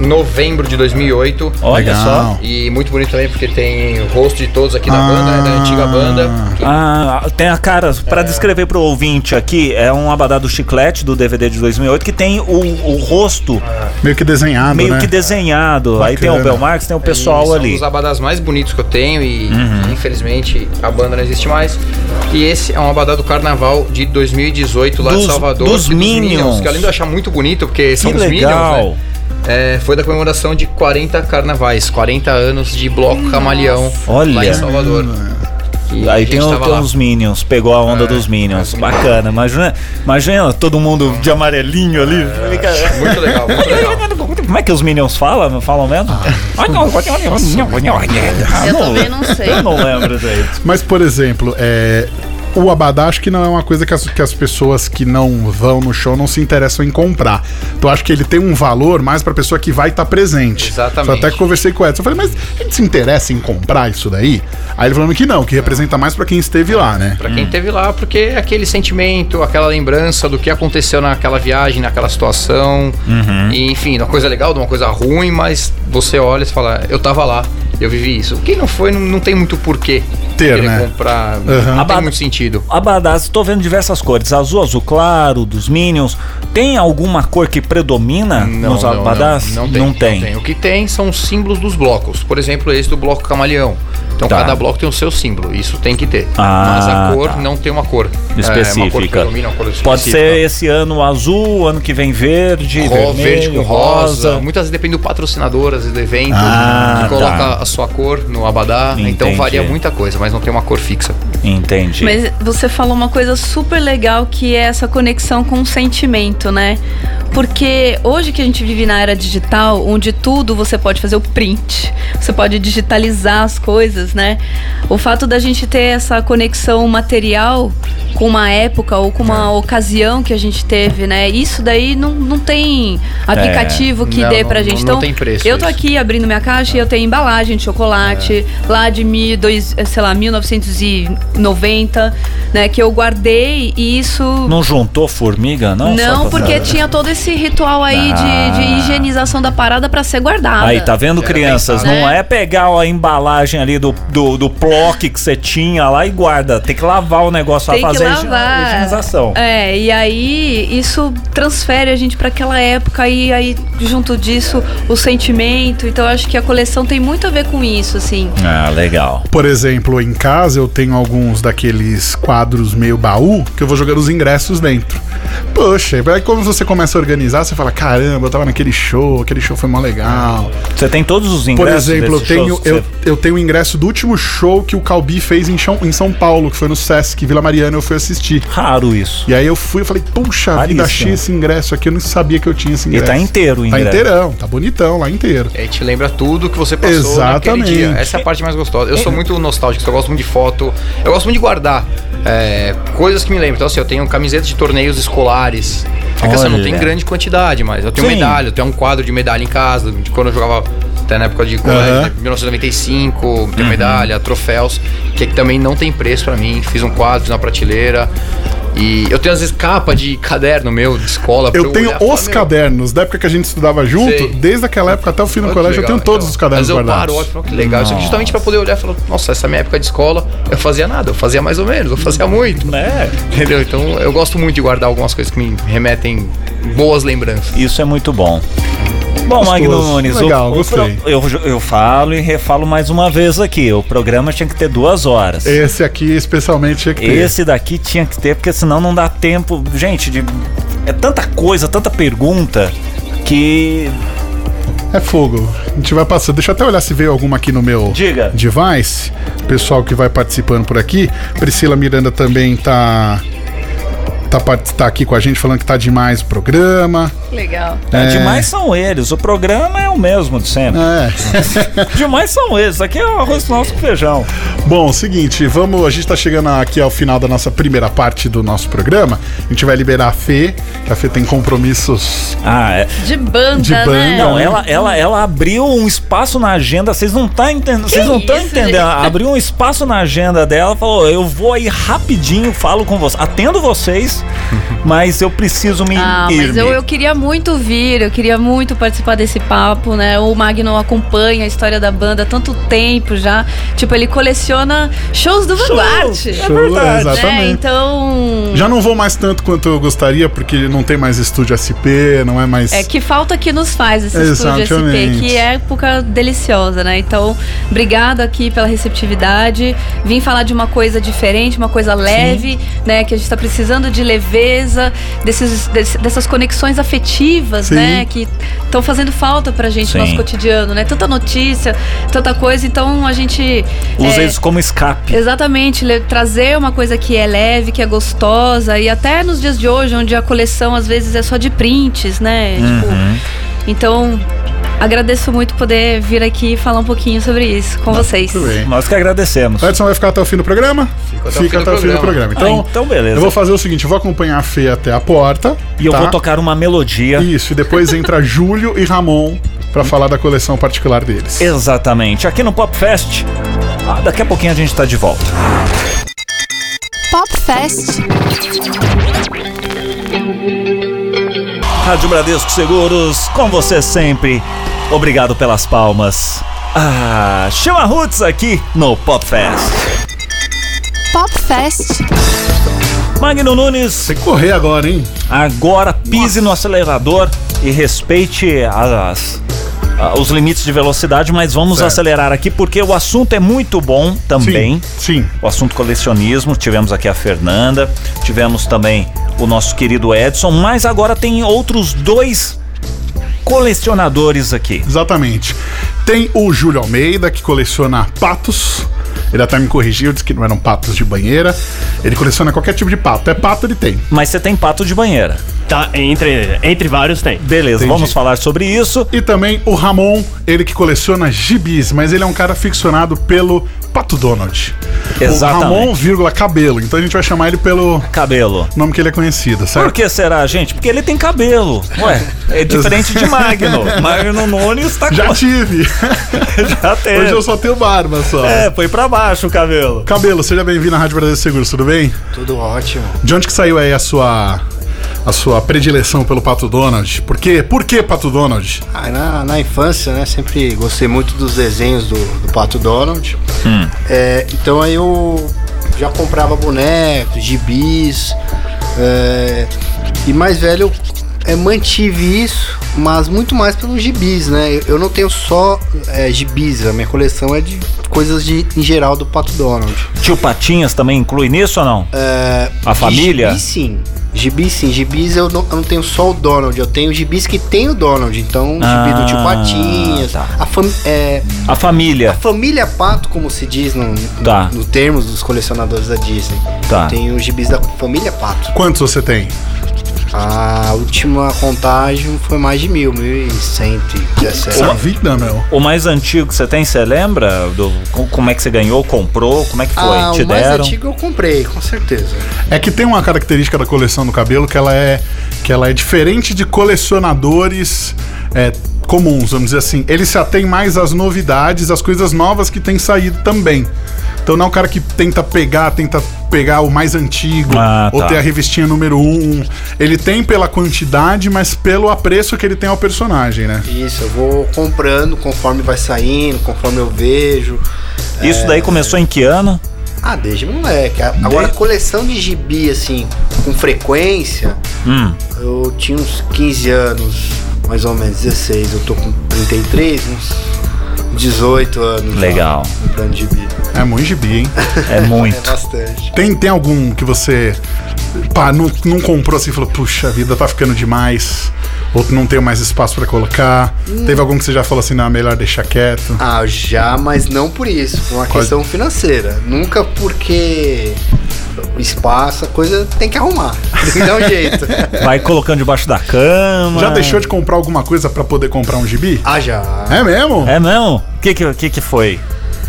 Speaker 4: novembro de 2008.
Speaker 2: Olha
Speaker 3: Legal.
Speaker 2: só.
Speaker 4: E muito bonito também porque tem o rosto de todos aqui da
Speaker 3: Ah.
Speaker 4: banda, né, da antiga banda. Que
Speaker 2: Ah, tem a cara, pra descrever pro ouvinte aqui, é um abadá do chiclete do DVD de 2008 que tem o, o rosto
Speaker 3: Meio que desenhado,
Speaker 2: meio
Speaker 3: né?
Speaker 2: que desenhado. Aí tem o
Speaker 3: Bacana.
Speaker 2: Belmarx, tem o pessoal
Speaker 4: são
Speaker 2: ali. Uhum.
Speaker 4: um dos abadás mais bonitos que eu tenho e infelizmente a banda não existe mais. E esse é um abadá do carnaval de 2018 lá
Speaker 2: Dos-
Speaker 4: de Salvador.
Speaker 2: dos
Speaker 4: e
Speaker 2: Minions.
Speaker 4: Que além de eu achar muito bonito, porque são
Speaker 2: Que
Speaker 4: os
Speaker 2: legal.
Speaker 4: Minions, né? É, foi da comemoração de 40 carnavais, 40 anos de bloco camaleão lá
Speaker 2: Olha.
Speaker 4: em Salvador. E a
Speaker 2: Aí
Speaker 4: gente
Speaker 2: tem, o-
Speaker 4: tava
Speaker 2: tem
Speaker 4: lá.
Speaker 2: os Minions, pegou a onda
Speaker 4: É,
Speaker 2: dos Minions.
Speaker 4: é.
Speaker 2: Bacana, imagina, imagina todo mundo de amarelinho ali. Fica-
Speaker 4: Muito legal,
Speaker 2: *laughs*
Speaker 4: muito legal.
Speaker 2: Como é que os Minions falam? Falam mesmo?
Speaker 4: Ah.
Speaker 5: Eu
Speaker 2: Eu
Speaker 5: também não sei.
Speaker 2: Eu não lembro disso.
Speaker 3: Mas, por exemplo, é, o abadá acho que não é uma coisa que as, que as pessoas que não vão no show não se interessam em comprar. Então acho que ele tem um valor mais pra pessoa que vai estar presente.
Speaker 4: Exatamente.
Speaker 3: Eu até conversei com o Edson. Eu falei, mas a gente se interessa em comprar isso daí? Aí ele falando que não, que representa mais pra quem esteve lá, né?
Speaker 4: Pra
Speaker 2: Hum.
Speaker 4: quem esteve lá, porque é aquele sentimento, aquela lembrança do que aconteceu naquela viagem, naquela situação.
Speaker 2: Uhum.
Speaker 4: E, enfim, uma coisa legal, de uma coisa ruim, mas você olha e fala, eu tava lá, eu vivi isso. Quem não foi, não, não tem muito porquê
Speaker 3: Ter,
Speaker 4: querer
Speaker 3: né?
Speaker 4: comprar.
Speaker 2: Uhum.
Speaker 4: Não
Speaker 2: Abada-
Speaker 4: tem muito sentido.
Speaker 2: Abadás, tô vendo diversas cores. Azul, azul claro, dos Minions. Tem alguma cor que predomina nos abadás?
Speaker 4: Não, não, tem, não tem. É, O que tem são os símbolos dos blocos. Por exemplo, esse do bloco camaleão. Então
Speaker 2: Tá.
Speaker 4: cada bloco tem o seu símbolo, isso tem que ter.
Speaker 2: Ah,
Speaker 4: Mas a cor
Speaker 2: tá.
Speaker 4: não tem uma cor é, uma cor que
Speaker 2: Específica.
Speaker 4: predomina, uma cor
Speaker 2: Pode
Speaker 4: específica.
Speaker 2: ser esse ano azul, ano que vem verde,
Speaker 4: Ro-
Speaker 2: vermelho,
Speaker 4: verde com rosa.
Speaker 2: rosa.
Speaker 4: Muitas vezes depende do patrocinador, às vezes do evento,
Speaker 2: Ah,
Speaker 4: que coloca
Speaker 2: tá.
Speaker 4: a sua cor no abadá.
Speaker 2: Entendi.
Speaker 4: Então varia muita coisa, mas não tem uma cor fixa.
Speaker 2: Entendi.
Speaker 5: Mas você falou uma coisa super legal que é essa conexão com o sentimento, né? Porque hoje que a gente vive na era digital, onde tudo você pode fazer o print, você pode digitalizar as coisas, né? O fato da gente ter essa conexão material com uma época ou com
Speaker 4: É.
Speaker 5: uma ocasião que a gente teve, né? Isso daí não, não tem aplicativo que
Speaker 4: É. Não,
Speaker 5: dê
Speaker 4: não-
Speaker 5: pra gente.
Speaker 4: não
Speaker 5: então,
Speaker 4: tem preço
Speaker 5: eu
Speaker 4: isso.
Speaker 5: tô aqui aqui abrindo minha caixa e eu tenho embalagem de chocolate
Speaker 2: É.
Speaker 5: lá de mil, dois, eh, sei lá, 1990, né? Que eu guardei e isso.
Speaker 2: Não
Speaker 5: Não.
Speaker 2: juntou formiga, não? Só pra-
Speaker 5: porque tinha todo esse ritual aí
Speaker 2: Ah.
Speaker 5: de, de higienização da parada pra ser guardada.
Speaker 2: Aí, tá vendo,
Speaker 4: Era
Speaker 2: crianças?
Speaker 5: pensado.
Speaker 2: Não
Speaker 5: É.
Speaker 2: é pegar a embalagem ali do, do, do ploc que você tinha lá e guarda. Tem que lavar o negócio
Speaker 5: Tem
Speaker 2: pra
Speaker 5: que
Speaker 2: fazer a higi-
Speaker 5: lavar.
Speaker 2: higienização.
Speaker 5: É, e aí isso transfere a gente pra aquela época e aí junto disso o sentimento. Então eu acho que a coleção tem muito a ver com isso, assim.
Speaker 2: Ah, legal.
Speaker 3: Por exemplo, em casa eu tenho alguns daqueles quadros meio baú que eu vou jogando os ingressos dentro. Poxa, aí quando você começa a organizar, você fala: caramba, eu tava naquele show, aquele show foi mó legal.
Speaker 2: Você tem todos os
Speaker 3: Por
Speaker 2: É. ingressos
Speaker 3: exemplo, eu
Speaker 2: desses
Speaker 3: tenho,
Speaker 2: shows que
Speaker 3: eu,
Speaker 2: você-
Speaker 3: eu tenho o ingresso do último show que o Calbi fez em, Chão- em São Paulo, que foi no Sesc Vila Mariana, eu fui assistir.
Speaker 2: Raro isso.
Speaker 3: E aí eu fui e falei, puxa vida,
Speaker 2: Raríssimo.
Speaker 3: achei esse ingresso aqui, eu não sabia que eu tinha esse
Speaker 2: E
Speaker 3: ingresso.
Speaker 2: tá inteiro o
Speaker 3: Tá
Speaker 2: ingresso.
Speaker 3: inteirão, tá bonitão lá inteiro.
Speaker 4: E aí é, te lembra tudo que você passou naquele
Speaker 3: Exatamente.
Speaker 4: dia. Essa é a parte mais gostosa. Eu sou muito nostálgico, eu gosto muito de foto. Eu gosto muito de guardar é, coisas que me lembram. Então, assim, eu tenho camisetas de torneios escolares. É que assim, não
Speaker 2: Olha.
Speaker 4: tem grande quantidade, mas eu tenho
Speaker 2: Sim.
Speaker 4: medalha, eu tenho um quadro de medalha em casa, de quando eu jogava até na época de colégio,
Speaker 3: Aham. Uhum.
Speaker 4: né, 1995, tenho medalha, troféus, que também não tem preço pra mim. Fiz um quadro, fiz uma prateleira. E eu tenho às vezes capa de caderno meu, de escola. pra
Speaker 3: Eu tenho
Speaker 4: olhar e falar,
Speaker 3: os
Speaker 4: "Meu,
Speaker 3: cadernos, da época que a gente estudava junto,
Speaker 4: Sei.
Speaker 3: desde aquela época até o fim do
Speaker 4: Olha que
Speaker 3: colégio, eu
Speaker 4: legal,
Speaker 3: tenho todos
Speaker 4: então.
Speaker 3: os cadernos
Speaker 4: Mas eu
Speaker 3: guardados.
Speaker 4: paro, olho e falo, que legal. Isso aqui é justamente pra poder olhar e falar, nossa, essa é minha época de escola, eu fazia nada, eu fazia mais ou menos, eu fazia muito.
Speaker 3: Né?
Speaker 2: É.
Speaker 4: Entendeu? Então eu gosto muito de guardar algumas coisas que me remetem boas lembranças.
Speaker 2: Isso é muito bom. Bom,
Speaker 3: Gostoso.
Speaker 2: Magno Nunes, o-
Speaker 3: Legal,
Speaker 2: o
Speaker 3: gostei.
Speaker 2: pro- eu, eu falo e refalo mais uma vez aqui. O programa tinha que ter duas horas.
Speaker 3: Esse aqui, especialmente, tinha que ter.
Speaker 2: Esse daqui tinha que ter, porque senão não dá tempo. Gente, de- é tanta coisa, tanta pergunta, que.
Speaker 3: É fogo. A gente vai passando. Deixa eu até olhar se veio alguma aqui no meu
Speaker 2: Diga.
Speaker 3: device. Pessoal que vai participando por aqui. Priscila Miranda também tá. Tá, part- tá aqui com a gente falando que tá demais o programa.
Speaker 5: Legal.
Speaker 2: né, Demais são eles. O programa é o mesmo de sempre.
Speaker 3: É.
Speaker 2: *laughs* Demais são eles. Aqui é o arroz nosso com feijão.
Speaker 3: Bom, seguinte, vamos. A gente tá chegando aqui ao final da nossa primeira parte do nosso programa. A gente vai liberar a Fê, que a Fê tem compromissos.
Speaker 2: Ah, é.
Speaker 5: De banda,
Speaker 3: De banda,
Speaker 5: né?
Speaker 2: Não, ela, ela, ela abriu um espaço na agenda, vocês não tá entendendo, vocês não estão
Speaker 5: isso,
Speaker 2: entendendo. Ela Abriu um espaço na agenda dela, falou: "Eu vou aí rapidinho, falo com vocês, atendo
Speaker 3: *laughs*
Speaker 2: vocês, mas eu preciso me
Speaker 5: Ah, mas
Speaker 2: ir-me."
Speaker 5: eu, eu queria muito vir, eu queria muito participar desse papo, né? O Magno acompanha a história da banda há tanto tempo já. Tipo, ele coleciona shows do Vanguard.
Speaker 3: Show,
Speaker 2: É verdade.
Speaker 5: Né?
Speaker 3: exatamente.
Speaker 5: Então.
Speaker 3: Já não vou mais tanto quanto eu gostaria, porque não tem mais estúdio SP, não é mais.
Speaker 5: É que falta que nos faz esse estúdio
Speaker 3: Exatamente.
Speaker 5: SP, que é época deliciosa, né? Então, obrigado aqui pela receptividade. Vim falar de uma coisa diferente, uma coisa leve, né? Que a gente tá precisando de leveza, desses, des- dessas conexões afetivas,
Speaker 3: Sim.
Speaker 5: né? Que estão fazendo falta pra gente no
Speaker 2: Sim.
Speaker 5: nosso cotidiano, né? Tanta notícia, tanta coisa. Então, a gente.
Speaker 2: Usa
Speaker 5: é,
Speaker 2: isso como escape.
Speaker 5: Exatamente, le- trazer uma coisa que é leve, que é gostosa, e até nos dias de hoje, onde a coleção às vezes é só de prints, né?
Speaker 2: Uhum.
Speaker 5: Tipo, então, agradeço muito poder vir aqui e falar um pouquinho sobre isso com vocês.
Speaker 3: Tudo bem.
Speaker 2: Nós que agradecemos.
Speaker 3: O Edson vai ficar até o fim do programa?
Speaker 4: Fico até o fim
Speaker 3: programa.
Speaker 4: do programa.
Speaker 3: Então,
Speaker 2: Ah, então beleza.
Speaker 3: Eu vou fazer o seguinte, eu vou acompanhar a Fê até a porta.
Speaker 2: E eu
Speaker 3: tá?
Speaker 2: vou tocar uma melodia.
Speaker 3: Isso, e depois
Speaker 2: *laughs*
Speaker 3: entra Júlio e Ramon pra falar da coleção particular deles.
Speaker 2: Exatamente. Aqui no Pop Fest. Ah, daqui a pouquinho a gente tá de volta.
Speaker 1: Pop Fest.
Speaker 2: Rádio Bradesco Seguros, com você sempre. Obrigado pelas palmas. Ah, chama Roots aqui no Pop Fest.
Speaker 1: Pop Fest.
Speaker 2: Magno Nunes,
Speaker 3: Tem que correr agora, hein?
Speaker 2: agora pise no acelerador e respeite as- a- os limites de velocidade, mas vamos
Speaker 3: Certo.
Speaker 2: acelerar aqui porque o assunto é muito bom também.
Speaker 3: Sim. sim.
Speaker 2: o assunto colecionismo. Tivemos aqui a Fernanda, tivemos também o nosso querido Edson, mas agora tem outros dois colecionadores aqui.
Speaker 3: Exatamente. Tem o Júlio Almeida, que coleciona patos. Ele até me corrigiu, disse que não eram patos de banheira. Ele coleciona qualquer tipo de pato. É pato, ele tem.
Speaker 2: Mas você tem pato de banheira.
Speaker 6: Tá, entre, entre vários tem.
Speaker 2: Beleza,
Speaker 3: Entendi.
Speaker 2: vamos falar sobre isso.
Speaker 3: E também o Ramon, ele que coleciona gibis, mas ele é um cara ficcionado pelo Pato Donald.
Speaker 2: Exatamente.
Speaker 3: O Ramon, vírgula, cabelo. Então a gente vai chamar ele pelo
Speaker 2: Cabelo.
Speaker 3: nome que ele é conhecido, certo?
Speaker 2: Por que será, gente? Porque ele tem cabelo. Ué,
Speaker 3: *laughs*
Speaker 2: é diferente de Magno. Magno Nunes tá
Speaker 3: Já
Speaker 2: com... *laughs*
Speaker 3: tive.
Speaker 2: Já teve.
Speaker 3: Hoje eu só tenho barba só.
Speaker 2: É, foi pra baixo o cabelo.
Speaker 3: Cabelo, seja bem-vindo à Rádio Brasil Seguros, tudo bem?
Speaker 7: Tudo ótimo.
Speaker 3: De onde que saiu aí a sua a sua predileção pelo Pato Donald? Por quê? Por que Pato Donald?
Speaker 7: Ah, na, na infância, né, sempre gostei muito dos desenhos do, do Pato Donald. É, então aí eu já comprava bonecos, gibis. é, e mais velho eu é, mantive isso, mas muito mais pelos gibis, né? Eu, eu não tenho só é, gibis, a minha coleção é de coisas de, em geral do Pato Donald.
Speaker 2: Tio Patinhas também inclui nisso ou não?
Speaker 7: É,
Speaker 2: A
Speaker 7: de
Speaker 2: família?
Speaker 7: Gibi sim. Gibi sim. Gibis eu não, eu não tenho só o Donald, eu tenho gibis que tem o Donald. Então, gibi
Speaker 2: Ah,
Speaker 7: do tio Patinhas.
Speaker 2: tá.
Speaker 7: A, fam, é,
Speaker 2: A
Speaker 7: a
Speaker 2: família.
Speaker 7: família Pato, como se diz no, no,
Speaker 2: Tá.
Speaker 7: no termos dos colecionadores da Disney.
Speaker 2: Tá.
Speaker 7: Eu tenho os gibis da família Pato.
Speaker 3: Quantos você tem?
Speaker 7: A última contagem foi mais de mil, mil e cento e dezessete.
Speaker 3: Sua vida, meu.
Speaker 2: O mais antigo que você tem, você lembra? Do, co- como é que você ganhou, comprou? Como é que foi?
Speaker 7: Ah,
Speaker 2: Te
Speaker 7: o mais
Speaker 2: deram?
Speaker 7: antigo eu comprei, com certeza.
Speaker 3: É que tem uma característica da coleção do cabelo que ela é que ela é diferente de colecionadores é, comuns, vamos dizer assim. Ele se atém mais às novidades, às coisas novas que têm saído também. Então não é o cara que tenta pegar, tenta pegar o mais antigo
Speaker 2: Ah,
Speaker 3: ou
Speaker 2: tá.
Speaker 3: ter a revistinha número um. Ele tem pela quantidade, mas pelo apreço que ele tem ao personagem, né?
Speaker 7: Isso, eu vou comprando conforme vai saindo, conforme eu vejo.
Speaker 2: Isso
Speaker 7: É.
Speaker 2: daí começou em que ano?
Speaker 7: Ah, desde moleque. A- Agora, coleção de gibi, assim, com frequência,
Speaker 2: Hum,
Speaker 7: eu tinha uns 15 anos, mais ou menos 16. Eu tô com 33, uns 18 anos.
Speaker 2: Legal.
Speaker 7: já, Comprando gibi.
Speaker 3: É muito gibi, hein?
Speaker 2: é
Speaker 7: *laughs* É
Speaker 2: muito.
Speaker 7: bastante.
Speaker 3: Tem, tem algum que você pá, não, não comprou assim e falou, puxa vida, tá ficando demais? Ou não tenho mais espaço pra colocar?
Speaker 2: Hum.
Speaker 3: Teve algum que você já falou assim, não, é melhor deixar quieto?
Speaker 7: Ah, já, mas não por isso, por uma
Speaker 3: Quase-
Speaker 7: questão financeira. Nunca porque o espaço, a coisa tem que arrumar. *laughs* Tem que dar um jeito.
Speaker 2: Vai colocando debaixo da cama.
Speaker 3: Já deixou de comprar alguma coisa pra poder comprar um gibi?
Speaker 7: Ah, já.
Speaker 3: É mesmo?
Speaker 2: É não? O que, que, que que foi?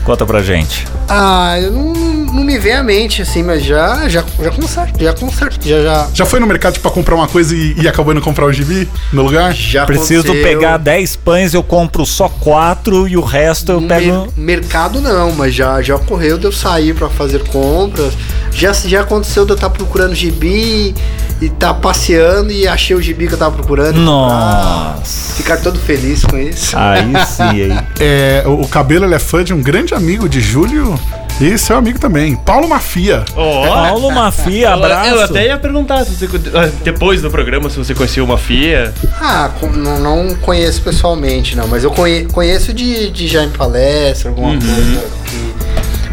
Speaker 2: Conta pra gente.
Speaker 7: Ah, eu não, não me vem à mente, assim, mas já, já, já consertei, já consertei, já, já
Speaker 3: Já foi no mercado tipo, pra comprar uma coisa e, e acabou indo comprar um gibi no lugar?
Speaker 7: Já
Speaker 2: Preciso
Speaker 7: aconteceu.
Speaker 2: pegar 10 pães, eu compro só 4 e o resto eu
Speaker 7: Mer-
Speaker 2: pego.
Speaker 7: Mercado não, mas já, já ocorreu de eu sair pra fazer compras. Já, já aconteceu de eu estar procurando gibi e tá passeando e achei o gibi que eu tava procurando. Ah,
Speaker 2: Nossa.
Speaker 7: Ficar todo feliz com isso.
Speaker 3: Ah.
Speaker 2: Aí sim,
Speaker 3: *laughs*
Speaker 2: aí.
Speaker 3: É, o, o Cabelo ele é fã de um grande amigo de Júlio e seu amigo também, Paulo Mafia.
Speaker 6: Ó,
Speaker 2: Paulo Mafia,
Speaker 6: ela-
Speaker 2: abraço.
Speaker 6: eu até ia perguntar se você, ah, depois do programa se você conhecia uma FIA.
Speaker 7: Ah, com- não, não conheço pessoalmente, não, mas eu conhe- conheço de, de já em palestra, alguma
Speaker 2: Uhum.
Speaker 7: coisa que.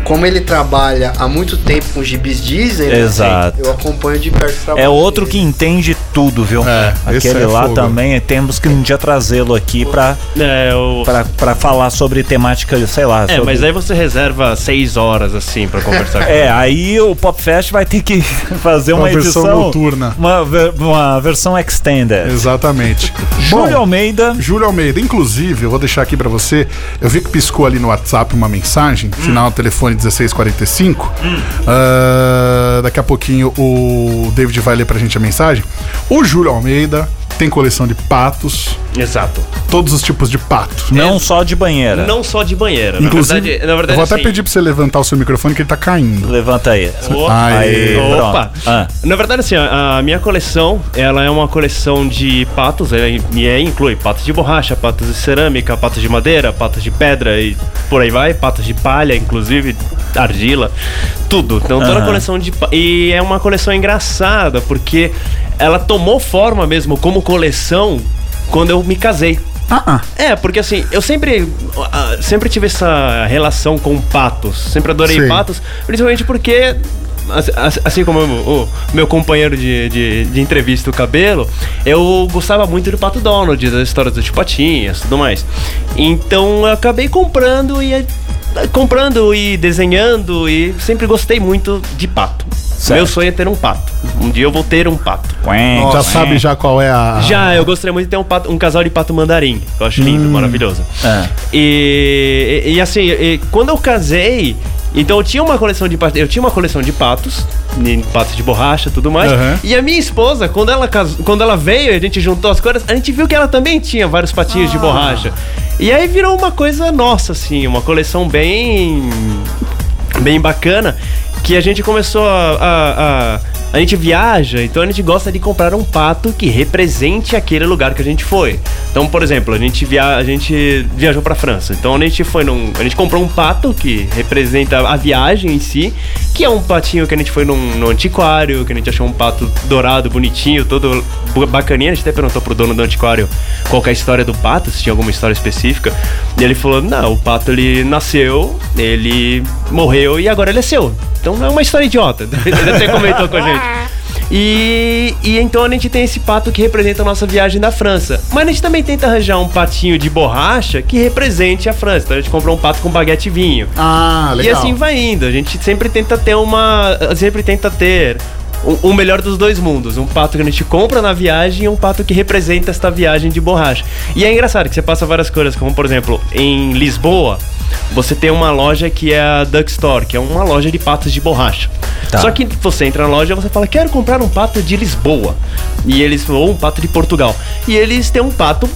Speaker 7: Como ele trabalha há muito tempo com gibis Disney, né,
Speaker 2: Exato.
Speaker 7: eu acompanho de perto o trabalho
Speaker 2: É outro que
Speaker 7: dele.
Speaker 2: entende tudo, viu?
Speaker 3: É, esse
Speaker 2: Aquele
Speaker 3: é
Speaker 2: lá
Speaker 3: fogo.
Speaker 2: também, temos que um dia trazê-lo aqui pra,
Speaker 6: É, o-
Speaker 2: pra, pra falar sobre temática, sei lá.
Speaker 6: é
Speaker 2: sobre-
Speaker 6: mas aí você reserva seis horas assim pra conversar
Speaker 3: *laughs*
Speaker 6: com
Speaker 2: É, aí o Popfest vai ter que *laughs* fazer uma,
Speaker 3: Uma versão
Speaker 2: edição.
Speaker 3: noturna.
Speaker 2: Uma, ver- uma versão extended.
Speaker 3: Exatamente.
Speaker 2: Júlio
Speaker 3: Bom,
Speaker 2: Almeida.
Speaker 3: Júlio Almeida, inclusive, eu vou deixar aqui pra você. Eu vi que piscou ali no WhatsApp uma mensagem,
Speaker 6: Hum.
Speaker 3: final do telefone 1645. Ah, daqui a pouquinho o David vai ler pra gente a mensagem. O Júlio Almeida tem coleção de patos,
Speaker 6: Exato.
Speaker 3: todos os tipos de pato.
Speaker 2: Não só de banheira.
Speaker 6: É. Não só de banheira.
Speaker 3: Inclusive,
Speaker 6: na verdade, na verdade
Speaker 3: eu vou até
Speaker 6: assim,
Speaker 3: pedir pra você levantar o seu microfone que ele tá caindo.
Speaker 2: Levanta aí.
Speaker 6: Opa.
Speaker 3: Aê.
Speaker 6: Opa.
Speaker 2: Pronto. Ah.
Speaker 6: Na verdade, assim, a, a minha coleção, ela é uma coleção de patos, ela in- e aí inclui patos de borracha, patos de cerâmica, patos de madeira, patos de pedra e por aí vai, patos de palha, inclusive, argila, tudo. Então toda
Speaker 2: Aham.
Speaker 6: a coleção de... pa- E é uma coleção engraçada, porque ela tomou forma mesmo como coleção quando eu me casei.
Speaker 3: Ah, ah.
Speaker 6: É, porque assim, eu sempre, ah, sempre tive essa relação com patos. Sempre adorei
Speaker 3: Sim.
Speaker 6: patos, principalmente porque. as- as- Assim como o o meu companheiro de, de, de entrevista, o Cabelo, eu gostava muito do Pato Donald, das histórias do Chupatinhas e tudo mais. Então eu acabei comprando e aí comprando e desenhando e sempre gostei muito de pato.
Speaker 2: Certo.
Speaker 6: Meu sonho é ter um pato. Um dia eu vou ter um pato.
Speaker 2: Quen,
Speaker 3: Já
Speaker 2: quen.
Speaker 3: sabe já qual é a.
Speaker 6: Já, eu gostaria muito de ter um, pato- um casal de pato mandarim. Eu acho lindo, maravilhoso.
Speaker 2: Ah.
Speaker 6: E, e- e assim, e quando eu casei, então eu tinha uma coleção de patos. Eu tinha uma coleção de patos, de patos de borracha e tudo mais.
Speaker 3: Aham.
Speaker 6: E a minha esposa, quando ela, cas- quando ela veio, a gente juntou as coisas, a gente viu que ela também tinha vários patinhos de borracha. E aí virou uma coisa nossa, assim, uma coleção bem. bem bacana. Que a gente começou a. a, a a gente viaja, então a gente gosta de comprar um pato que represente aquele lugar que a gente foi. Então, por exemplo, a gente, via... a gente viajou pra França. Então a gente foi num. A gente comprou um pato que representa a viagem em si, que é um patinho que a gente foi num, num antiquário, que a gente achou um pato dourado, bonitinho, todo bu- bacaninha. A gente até perguntou pro dono do antiquário qual que é a história do pato, se tinha alguma história específica. E ele falou: não, o pato ele nasceu, ele morreu e agora ele é seu. Então é uma história idiota. *laughs* Ele até comentou com a gente. E, e então a gente tem esse pato que representa a nossa viagem da França. Mas a gente também tenta arranjar um patinho de borracha que represente a França. Então a gente comprou um pato com baguete e vinho.
Speaker 3: Ah, legal.
Speaker 6: E assim vai indo. A gente sempre tenta ter uma. Sempre tenta ter o, o melhor dos dois mundos. Um pato que a gente compra na viagem e um pato que representa esta viagem de borracha. E é engraçado que você passa várias coisas, como por exemplo, em Lisboa. Você tem uma loja que é a Duck Store, que é uma loja de patos de borracha.
Speaker 2: Tá.
Speaker 6: Só que você entra na loja e você fala, quero comprar um pato de Lisboa. E eles, ou um pato de Portugal. E eles têm um pato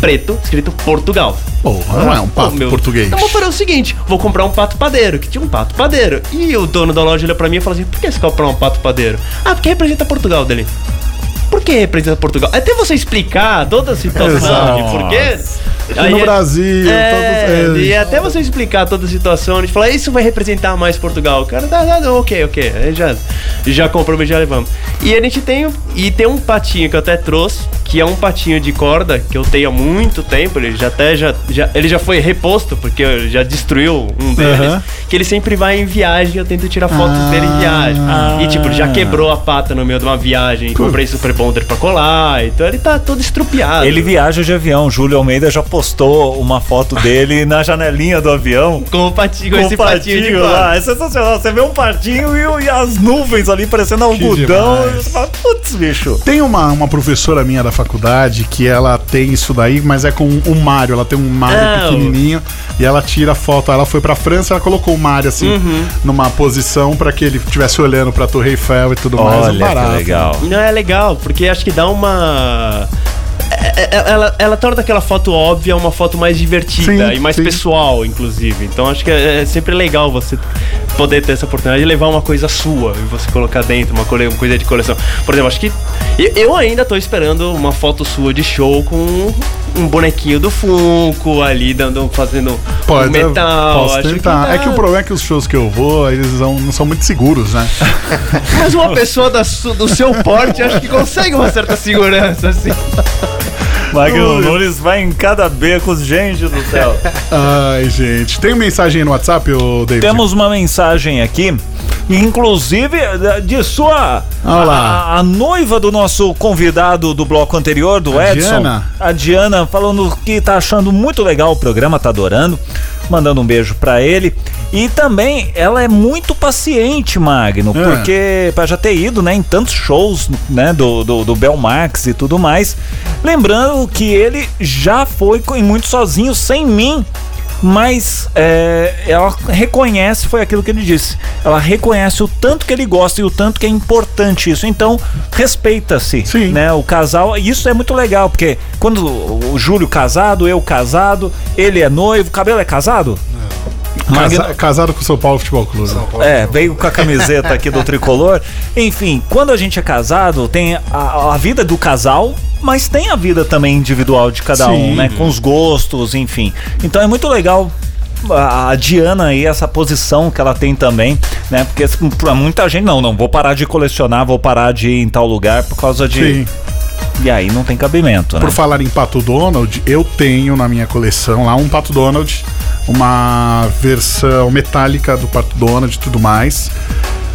Speaker 6: preto escrito Portugal.
Speaker 3: Porra, não é um papo
Speaker 6: Pô, meu,
Speaker 3: português.
Speaker 6: Então vou fazer o seguinte: vou comprar um pato padeiro, que tinha um pato padeiro. E o dono da loja olhou pra mim e falou assim: por que você comprar um pato padeiro? Ah, porque representa Portugal dele. Por que representa Portugal? Até você explicar toda a situação de
Speaker 3: Exato.
Speaker 6: porquê.
Speaker 3: E no Brasil,
Speaker 6: é,
Speaker 3: todos eles.
Speaker 6: e até você explicar toda a situação, a gente fala, isso vai representar mais Portugal. O cara, tá, tá, tá, ok, ok. Aí já, já compramos, já levamos. E a gente tem, e tem um patinho que eu até trouxe, que é um patinho de corda, que eu tenho há muito tempo, ele já até já, já- ele já foi reposto, porque eu já destruiu um deles,
Speaker 3: Aham.
Speaker 6: que ele sempre vai em viagem, eu tento tirar fotos
Speaker 3: Ah.
Speaker 6: dele em viagem. E tipo, já quebrou a pata no meio de uma viagem, comprei Super Bonder pra colar, então ele tá todo estrupiado.
Speaker 2: Ele viaja de avião. Júlio Almeida já postou uma foto dele na janelinha do avião.
Speaker 6: com o patinho,
Speaker 2: Com
Speaker 6: esse
Speaker 2: o patinho,
Speaker 6: patinho de pano.
Speaker 2: lá. É sensacional. Você vê um patinho e, o- e as nuvens ali parecendo algodão. E
Speaker 3: demais.
Speaker 2: você fala, putz, bicho.
Speaker 3: Tem uma, uma professora minha da faculdade que ela tem isso daí, mas é com o Mário. Ela tem um Mário
Speaker 6: Ah, o-
Speaker 3: pequenininho e ela tira foto. Ela foi pra França, ela colocou o Mário assim,
Speaker 6: Uhum.
Speaker 3: numa posição pra que ele estivesse olhando pra Torre Eiffel e tudo mais.
Speaker 2: Olha
Speaker 3: É barato.
Speaker 2: que legal.
Speaker 6: Não, é legal, porque acho que dá uma. é- é- Ela, ela torna aquela foto óbvia uma foto mais divertida
Speaker 3: Sim,
Speaker 6: e mais
Speaker 3: sim.
Speaker 6: pessoal, inclusive. Então acho que é, é sempre legal você poder ter essa oportunidade de levar uma coisa sua e você colocar dentro, uma, cole- uma coisa de coleção. Por exemplo, acho que eu, eu ainda tô esperando uma foto sua de show com um, um bonequinho do Funko ali, dando, fazendo um
Speaker 3: Pode,
Speaker 6: metal.
Speaker 3: posso
Speaker 6: acho
Speaker 3: tentar.
Speaker 6: dá.
Speaker 3: É que o problema é que os shows que eu vou, eles são- não são muito seguros,
Speaker 6: *laughs*
Speaker 3: né?
Speaker 6: Mas uma pessoa da su- do seu porte acho que consegue uma certa segurança, assim.
Speaker 2: Magno Nunes vai em cada beco, gente do céu.
Speaker 3: Ai, gente. Tem mensagem no WhatsApp, ô David?
Speaker 2: Temos uma mensagem aqui, inclusive da- de sua.
Speaker 3: Olha lá.
Speaker 2: A, a- a noiva do nosso convidado do bloco anterior, do
Speaker 3: A
Speaker 2: Edson.
Speaker 3: Diana.
Speaker 2: A Diana, falando que tá achando muito legal o programa, tá adorando. Mandando um beijo pra ele. E também ela é muito paciente, Magno,
Speaker 3: É.
Speaker 2: porque pra já ter ido né, em tantos shows né, do, do, do Belmax e tudo mais. Lembrando que ele já foi com- em muito sozinho, sem mim. Mas é, ela reconhece, foi aquilo que ele disse. Ela reconhece o tanto que ele gosta e o tanto que é importante isso. Então, respeita-se.
Speaker 3: Sim.
Speaker 2: Né? O casal. E isso é muito legal, porque quando o o Júlio casado, eu casado, ele é noivo, o cabelo é casado?
Speaker 3: Casa- Casado com o São Paulo Futebol Clube.
Speaker 2: É, veio com a camiseta aqui do tricolor. Enfim, quando a gente é casado, tem a, a vida do casal, mas tem a vida também individual de cada um,
Speaker 3: Sim.
Speaker 2: né? Com os gostos, enfim. Então é muito legal. A a Diana aí, essa posição que ela tem também, né? Porque assim, pra muita gente, não, não, vou parar de colecionar, vou parar de ir em tal lugar por causa de.
Speaker 3: Sim.
Speaker 2: E aí não tem cabimento, né?
Speaker 3: Por falar em Pato Donald, eu tenho na minha coleção lá um Pato Donald, uma versão metálica do Pato Donald e tudo mais.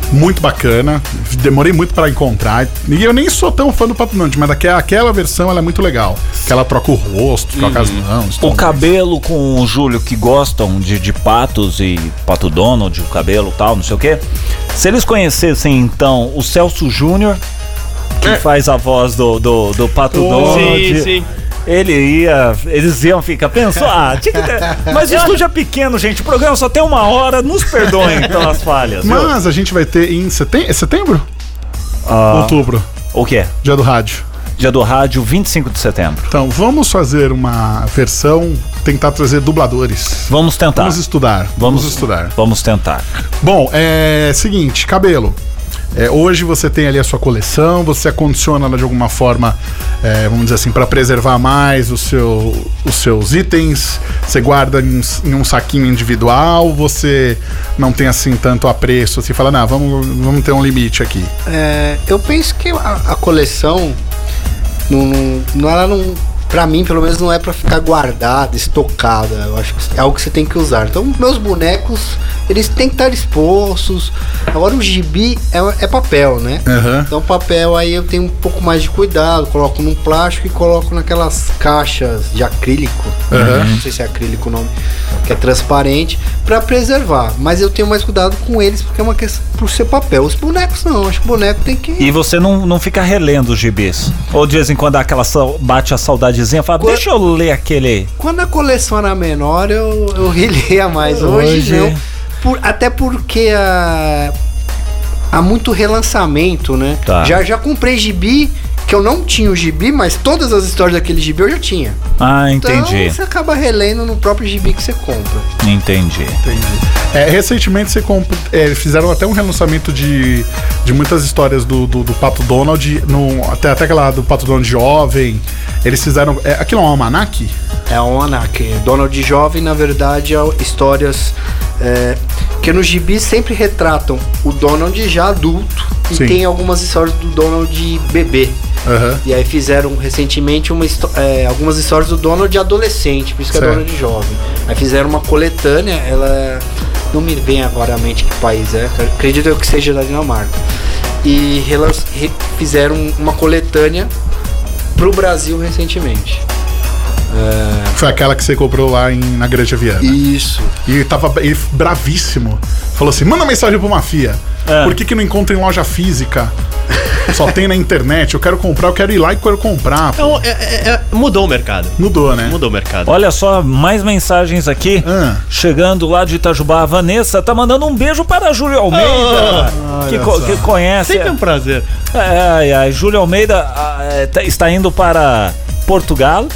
Speaker 3: muito bacana. Demorei muito pra encontrar. E eu nem sou tão fã do Papo Donald, mas aque- aquela versão ela é muito legal. Que ela troca o rosto, troca as mãos.
Speaker 2: Uhum. O
Speaker 3: tudo.
Speaker 2: cabelo com o Júlio que gostam de, de patos e pato Donald, o cabelo e tal, não sei o quê. Se eles conhecessem então o Celso Júnior, que
Speaker 3: É.
Speaker 2: faz a voz do, do, do pato Donald.
Speaker 6: sim, sim.
Speaker 2: Ele ia. Eles iam ficar. Pensou? Ah, tinha que ter. Mas o estúdio é pequeno, gente. O programa só tem uma hora. Nos perdoem pelas falhas. viu?
Speaker 3: Mas a gente vai ter em setem- é setembro?
Speaker 2: Ah,
Speaker 3: Outubro,
Speaker 2: o que é?
Speaker 3: dia do rádio.
Speaker 2: Dia do rádio, 25 de setembro.
Speaker 3: Então, vamos fazer uma versão, tentar trazer dubladores.
Speaker 2: Vamos tentar.
Speaker 3: Vamos estudar. Vamos, estudar.
Speaker 2: Tá. Vamos tentar.
Speaker 3: Bom, é seguinte, cabelo. É, hoje você tem ali a sua coleção, você acondiciona ela de alguma forma, é, vamos dizer assim, para preservar mais o seu, os seus itens, você guarda em um, s- em um saquinho individual, você não tem assim tanto apreço, assim, fala, não, vamos, vamos ter um limite aqui.
Speaker 7: É, eu penso que a, a coleção não, não, ela não, pra mim pelo menos não é pra ficar guardada, estocada. Eu acho que é algo que você tem que usar. Então meus bonecos eles têm que estar expostos. Agora o gibi é, é papel, né?
Speaker 3: Aham.
Speaker 7: Então papel aí eu tenho um pouco mais de cuidado. Coloco num plástico e coloco naquelas caixas de acrílico.
Speaker 3: Aham.
Speaker 7: Não sei se é acrílico o nome, que é transparente, pra preservar. Mas eu tenho mais cuidado com eles porque é uma questão por ser papel. Os bonecos não. Acho que o boneco tem que
Speaker 2: E você não, não fica relendo os gibis. Ou de vez em quando dá aquela sau- bate a saudadezinha fala,
Speaker 7: Quando-
Speaker 2: deixa eu ler aquele.
Speaker 7: Quando a coleção era menor, eu, eu relia mais. Hoje,
Speaker 2: Hoje-
Speaker 7: não. Por- até porque ah, há muito relançamento, né?
Speaker 2: Tá.
Speaker 7: Já, já comprei gibi, que eu não tinha o gibi, mas todas as histórias daquele gibi eu já tinha.
Speaker 2: Ah,
Speaker 7: Então
Speaker 2: entendi.
Speaker 7: você acaba relendo no próprio gibi que você compra.
Speaker 2: Entendi.
Speaker 3: É, recentemente você comp- é, fizeram até um relançamento de, de muitas histórias do, do, do Pato Donald, no- até, até aquela do Pato Donald jovem. Eles fizeram. É, aquilo é um almanac?
Speaker 7: É a Ona, que Donald Jovem, na verdade, é o- histórias é, que no gibi sempre retratam o Donald já adulto e
Speaker 3: Sim.
Speaker 7: tem algumas histórias do Donald bebê.
Speaker 3: Aham.
Speaker 7: E aí fizeram recentemente uma histó- é, algumas histórias do Donald adolescente, por isso que é
Speaker 3: Certo.
Speaker 7: Donald jovem. Aí fizeram uma coletânea, ela não me vem agora à mente que país é, acredito eu que seja da Dinamarca. E relan- re- fizeram uma coletânea pro Brasil recentemente.
Speaker 3: Foi aquela que você comprou lá em, na Granja Viana. E,
Speaker 7: Isso.
Speaker 3: ele tava ele, bravíssimo. Falou assim: manda mensagem pra Mafia.
Speaker 2: É.
Speaker 3: Por que, que não encontra em loja física? Só tem na internet. Eu quero comprar, eu quero ir lá e quero comprar.
Speaker 6: Então, é- é- é- mudou o mercado.
Speaker 3: Mudou, né?
Speaker 6: Mudou o mercado.
Speaker 2: Olha só, mais mensagens aqui.
Speaker 3: Ah.
Speaker 2: Chegando lá de Itajubá, a Vanessa tá mandando um beijo para a Júlia Almeida, que, co- que conhece. É,
Speaker 6: Sempre é um prazer.
Speaker 2: Ai, ai, Júlio Almeida ah, é, tá- está indo para Portugal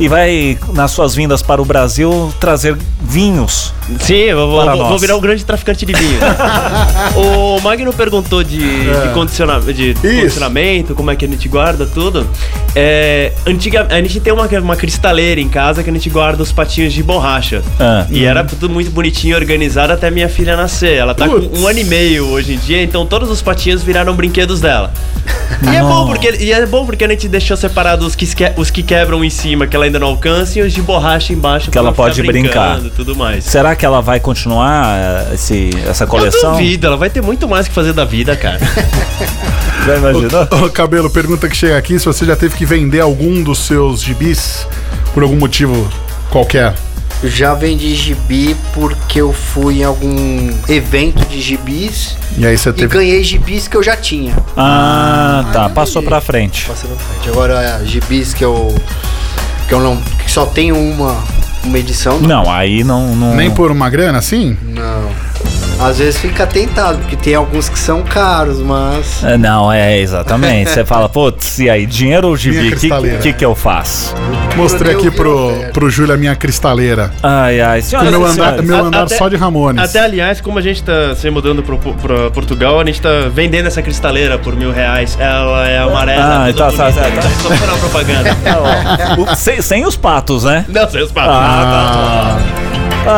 Speaker 2: e vai, nas suas vindas para o Brasil, trazer vinhos.
Speaker 6: Sim, eu vou,
Speaker 2: Para
Speaker 6: vou- vou
Speaker 2: nós.
Speaker 6: virar um grande traficante de vinho. *laughs* o Magno perguntou de, de,
Speaker 2: É.
Speaker 6: condiciona- de condicionamento, como é que a gente guarda tudo. É, antiga, a gente tem uma, uma cristaleira em casa que a gente guarda os patinhos de borracha.
Speaker 2: Ah.
Speaker 6: E era tudo muito bonitinho, organizado até minha filha nascer. Ela tá
Speaker 3: Putz.
Speaker 6: com um ano e meio hoje em dia, então todos os patinhos viraram
Speaker 2: *laughs*
Speaker 6: brinquedos dela. E é, bom porque, e é bom porque a gente deixou separados os que, esque- os que quebram em cima, que ela ainda não alcança, e os de borracha embaixo.
Speaker 2: Que ela
Speaker 6: pra
Speaker 2: pode
Speaker 6: ficar
Speaker 2: brincar.
Speaker 6: brincando e Tudo mais.
Speaker 2: Será que ela vai continuar eh, esse, essa
Speaker 6: Eu
Speaker 2: coleção?
Speaker 6: duvido, ela vai ter muito mais que fazer da vida,
Speaker 2: *laughs*
Speaker 6: cara.
Speaker 2: Já imaginou?
Speaker 3: Ô, Cabelo, pergunta que chega aqui: se você já teve que vender algum dos seus gibis por algum motivo qualquer.
Speaker 7: Já vendi gibi porque eu fui em algum evento de gibis
Speaker 3: E aí você
Speaker 7: e
Speaker 3: teve.
Speaker 7: ganhei gibis que eu já tinha.
Speaker 2: Ah, tá. Passou pra frente.
Speaker 7: Passando pra frente. Agora, é, gibis que eu. que eu não. que só tem uma, uma edição.
Speaker 2: Não, aí não. não...
Speaker 3: Nem por uma grana assim?
Speaker 7: Não. Às vezes fica tentado, porque tem alguns que são caros, mas.
Speaker 2: É, Não, é exatamente. Você fala, putz, e aí, dinheiro ou
Speaker 3: Minha
Speaker 2: gibi? O que,
Speaker 3: cristaleira.
Speaker 2: que, que eu faço?
Speaker 3: Mostrei aqui
Speaker 7: Eu vi
Speaker 3: pro,
Speaker 7: uma oferta.
Speaker 3: pro Júlio a minha cristaleira.
Speaker 2: Ai, ai,
Speaker 3: O
Speaker 2: senhoras
Speaker 3: meu
Speaker 2: e
Speaker 3: andar,
Speaker 2: senhores.
Speaker 3: meu
Speaker 6: A-
Speaker 3: andar
Speaker 6: até-
Speaker 3: só de Ramones.
Speaker 6: Até aliás, como a gente tá se mudando pro, pra Portugal, a gente tá vendendo essa cristaleira por mil reais. Ela é amarela.
Speaker 2: Ah,
Speaker 6: toda
Speaker 2: tá, tá,
Speaker 6: bonita,
Speaker 2: tá,
Speaker 6: né?
Speaker 2: tá.
Speaker 6: Só para
Speaker 2: *laughs*
Speaker 6: a propaganda.
Speaker 2: É, O- sem, sem os patos, né?
Speaker 6: Não, seus papos.
Speaker 2: Ah, tá.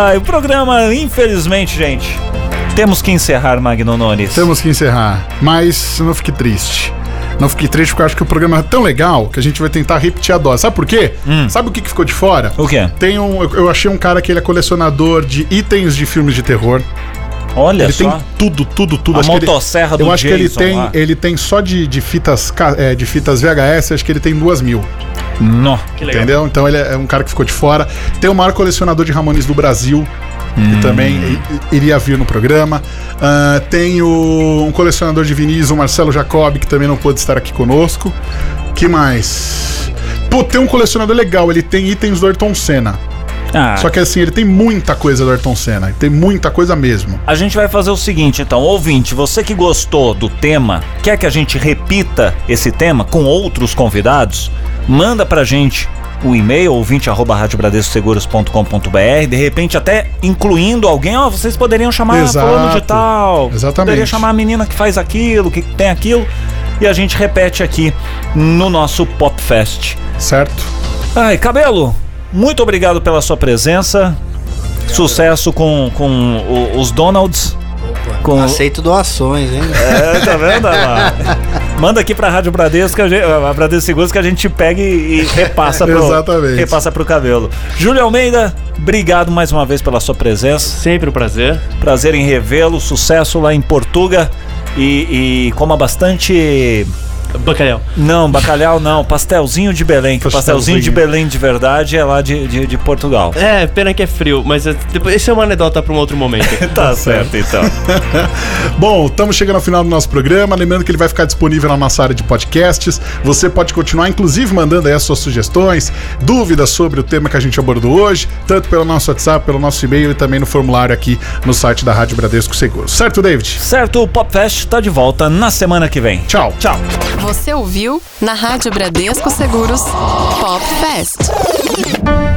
Speaker 2: Ai, o programa, infelizmente, gente. Temos que encerrar, Magno Nunes.
Speaker 3: Temos que encerrar. Mas não fique triste. Não fique triste, porque eu acho que o programa é tão legal que a gente vai tentar repetir a dose. Sabe por quê?
Speaker 2: Hum.
Speaker 3: Sabe o que, que ficou de fora?
Speaker 2: O quê?
Speaker 3: Tem um. Eu eu achei um cara que ele é colecionador de itens de filmes de terror.
Speaker 2: Olha
Speaker 3: ele
Speaker 2: só.
Speaker 3: tem tudo, tudo, tudo.
Speaker 2: A
Speaker 3: Acho que ele-
Speaker 2: motosserra do
Speaker 3: Eu acho que ele
Speaker 2: Jason
Speaker 3: tem,
Speaker 2: lá.
Speaker 3: ele tem só de, de fitas, ca- é, de fitas VHS, acho que ele tem duas mil.
Speaker 2: Nó.
Speaker 3: Entendeu? Então ele é um cara que ficou de fora. Tem o maior colecionador de Ramones do Brasil. Que também i- i- iria vir no programa. Ah, tem o, um colecionador de vinis, o Marcelo Jacob, que também não pôde estar aqui conosco. Que mais? Pô, tem um colecionador legal, ele tem itens do Ayrton Senna.
Speaker 2: Ah,
Speaker 3: Só que assim, ele tem muita coisa do Ayrton Senna. Tem muita coisa mesmo.
Speaker 2: A gente vai fazer o seguinte, então, ouvinte, você que gostou do tema, quer que a gente repita esse tema com outros convidados? Manda pra gente o e-mail ouvinte@radiobradescoseguros.com.br, de repente até incluindo alguém, ó, vocês poderiam chamar
Speaker 3: Exato.
Speaker 2: fulano de tal.
Speaker 3: Exatamente.
Speaker 2: Poderia chamar a menina que faz aquilo, que tem aquilo, e a gente repete aqui no nosso Popfest.
Speaker 3: Certo?
Speaker 2: Ai, Cabelo, muito obrigado pela sua presença. Sucesso com, com o- os Donalds. Com...
Speaker 7: Aceito doações, hein?
Speaker 2: É, tá vendo? Olha lá. Manda aqui pra Rádio Bradesco, que a, gente, a Bradesco Seguros, que a gente pega e, e repassa, pro,
Speaker 3: Exatamente.
Speaker 2: repassa pro cabelo. Júlio Almeida, obrigado mais uma vez pela sua presença.
Speaker 6: Sempre um prazer.
Speaker 2: Prazer em revê-lo. Sucesso lá em Portugal. E, e coma bastante.
Speaker 6: Bacalhau.
Speaker 2: Não, bacalhau não, pastelzinho de Belém. Que o pastelzinho
Speaker 3: Pastelzinho.
Speaker 2: de Belém de verdade é lá de, de, de Portugal.
Speaker 6: É, pena que é frio, mas é, depois, isso é uma anedota pra um outro momento.
Speaker 2: Tá certo então.
Speaker 3: Bom, estamos chegando ao final do nosso programa. Lembrando que ele vai ficar disponível na nossa área de podcasts. Você pode continuar, inclusive, mandando aí as suas sugestões, dúvidas sobre o tema que a gente abordou hoje, tanto pelo nosso WhatsApp, pelo nosso e-mail e também no formulário aqui no site da Rádio Bradesco Seguro. Certo, David?
Speaker 2: Certo, o Popfest tá de volta na semana que vem.
Speaker 3: Tchau.
Speaker 2: Tchau.
Speaker 1: Você ouviu na Rádio Bradesco Seguros Pop Fest.